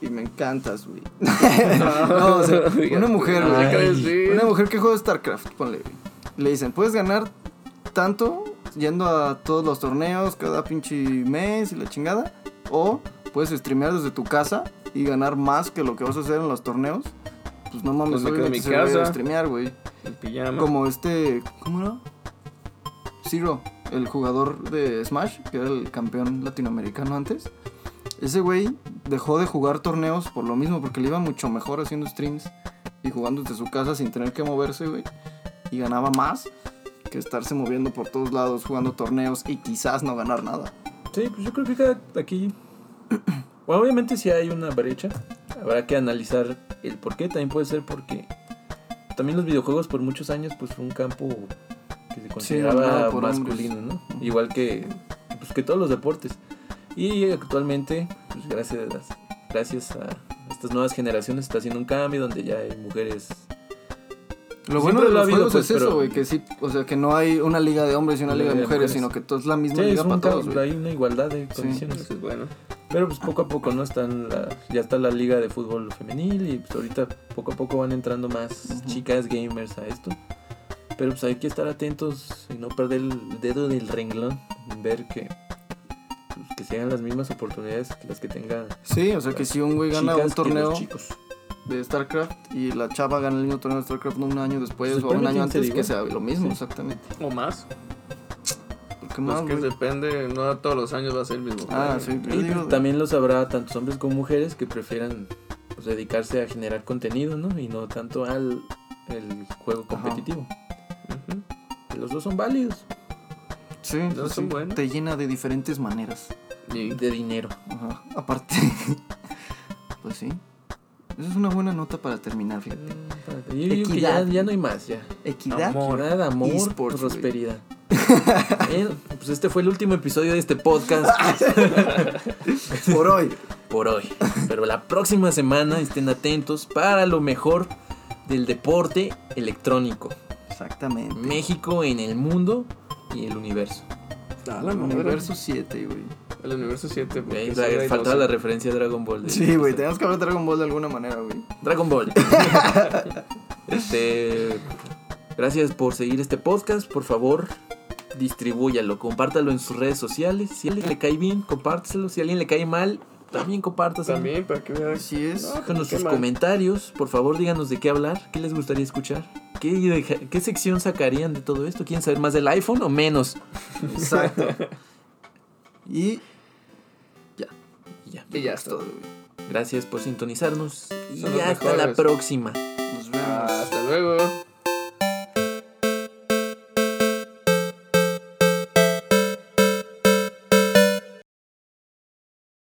B: Y me encantas, güey. no, o sea, una mujer,
C: No sé
A: güey.
C: qué decir.
B: Una mujer que juega StarCraft, ponle. güey. Le dicen, puedes ganar tanto yendo a todos los torneos cada pinche mes y la chingada. O puedes streamear desde tu casa y ganar más que lo que vas a hacer en los torneos. Pues no mames,
C: Pues me quedo en
B: obviamente
C: mi
B: se debe de
C: casa.
B: streamear, güey.
C: En pijama.
B: Como este... ¿Cómo era? Zero, el jugador de Smash, que era el campeón latinoamericano antes. Ese güey dejó de jugar torneos por lo mismo, porque le iba mucho mejor haciendo streams y jugando desde su casa sin tener que moverse, güey. Y ganaba más que estarse moviendo por todos lados, jugando torneos y quizás no ganar nada.
A: Sí, pues yo creo que cada- aquí. Bueno, obviamente si hay una brecha, habrá que analizar el por qué. También puede ser porque también los videojuegos por muchos años pues fue un campo que se consideraba
B: dominado por
A: masculino, ¿no? Igual que, pues, que todos los deportes. Y actualmente, pues gracias, gracias a estas nuevas generaciones está haciendo un cambio donde ya hay mujeres. Siempre
B: Lo bueno de
A: lo ha
B: los
A: habido,
B: juegos
A: pues,
B: es eso,
A: pero-
B: güey, que sí, o sea, que no hay una liga de hombres y una liga de mujeres, sino que todo es la misma
A: Sí, es
B: liga
A: un
B: para
A: ca-
B: todos, güey.
A: hay una igualdad de condiciones.
C: Entonces, bueno.
A: Pero pues poco a poco, ¿no? Están la- ya está la liga de fútbol femenil y pues ahorita poco a poco van entrando más
B: Ujú.
A: chicas gamers a esto. Pero pues hay que estar atentos y no perder el dedo del renglón. Ver que, pues, que se hagan las mismas oportunidades que las que tenga
B: Sí, o sea, que si un güey gana
A: chicas
B: un
A: que
B: torneo
A: los chicos.
B: de StarCraft y la chava gana el mismo torneo de StarCraft un año después
A: Se
B: o un
A: supone que
B: año antes,
A: sería
B: que sea
A: igual.
B: lo mismo,
A: Sí.
B: exactamente.
C: O más.
B: ¿Por qué
C: Pues
B: más,
C: que
B: güey?
C: depende, no todos los años va a ser el mismo.
B: Ah,
C: juego.
B: sí, pero
A: Y
B: digo, eh.
A: pues, también los habrá tantos hombres como mujeres que prefieran pues, dedicarse a generar contenido, ¿no? Y no tanto al el juego
B: Ajá.
A: competitivo.
C: Ujú.
A: Los dos son válidos.
B: sí,
C: no
B: sí,
C: son
B: sí,
C: buenos.
B: te llena de diferentes maneras.
C: Y-
A: De dinero.
B: Ajá. Aparte, pues sí. Esa es una buena nota para terminar, fíjate.
A: Espérate, Yo digo que ya,
B: Equidad.
A: ya no hay más, ya.
B: Equidad.
C: Amor.
A: Equidad, amor,
B: Esports, güey.
A: prosperidad. Bien, pues este fue el último episodio de este podcast
B: Por hoy.
A: por hoy. Pero la próxima semana estén atentos para lo mejor del deporte electrónico.
B: Exactamente.
A: México en el mundo y el universo.
C: Ah, la
B: El
C: madre.
B: universo 7, güey.
C: El universo 7. porque
A: Ahí
C: solo hay
A: faltaba la
C: doce.
A: referencia a Dragon Ball. de-
B: Sí, güey, tenemos que hablar de Dragon Ball de alguna manera, güey.
A: Dragon Ball. este, gracias por seguir este podcast. Por favor, distribúyalo, compártalo en sus redes sociales. Si a alguien le cae bien, compártelo. Si a alguien le cae mal, también compártaselo.
C: También, para que veas.
B: Así es.
C: No,
A: Déjanos
C: qué
A: sus
C: mal.
A: comentarios. Por favor, díganos de qué hablar. ¿Qué les gustaría escuchar? ¿Qué, deja- qué sección sacarían de todo esto? ¿Quieren saber más del iPhone o menos?
B: Exacto. Y
A: Y ya.
C: Y ya
B: es
C: está.
B: todo, güey.
A: Gracias por sintonizarnos. Y
C: Son los
A: hasta la
C: mejores.
A: próxima.
B: Nos vemos.
C: Hasta luego.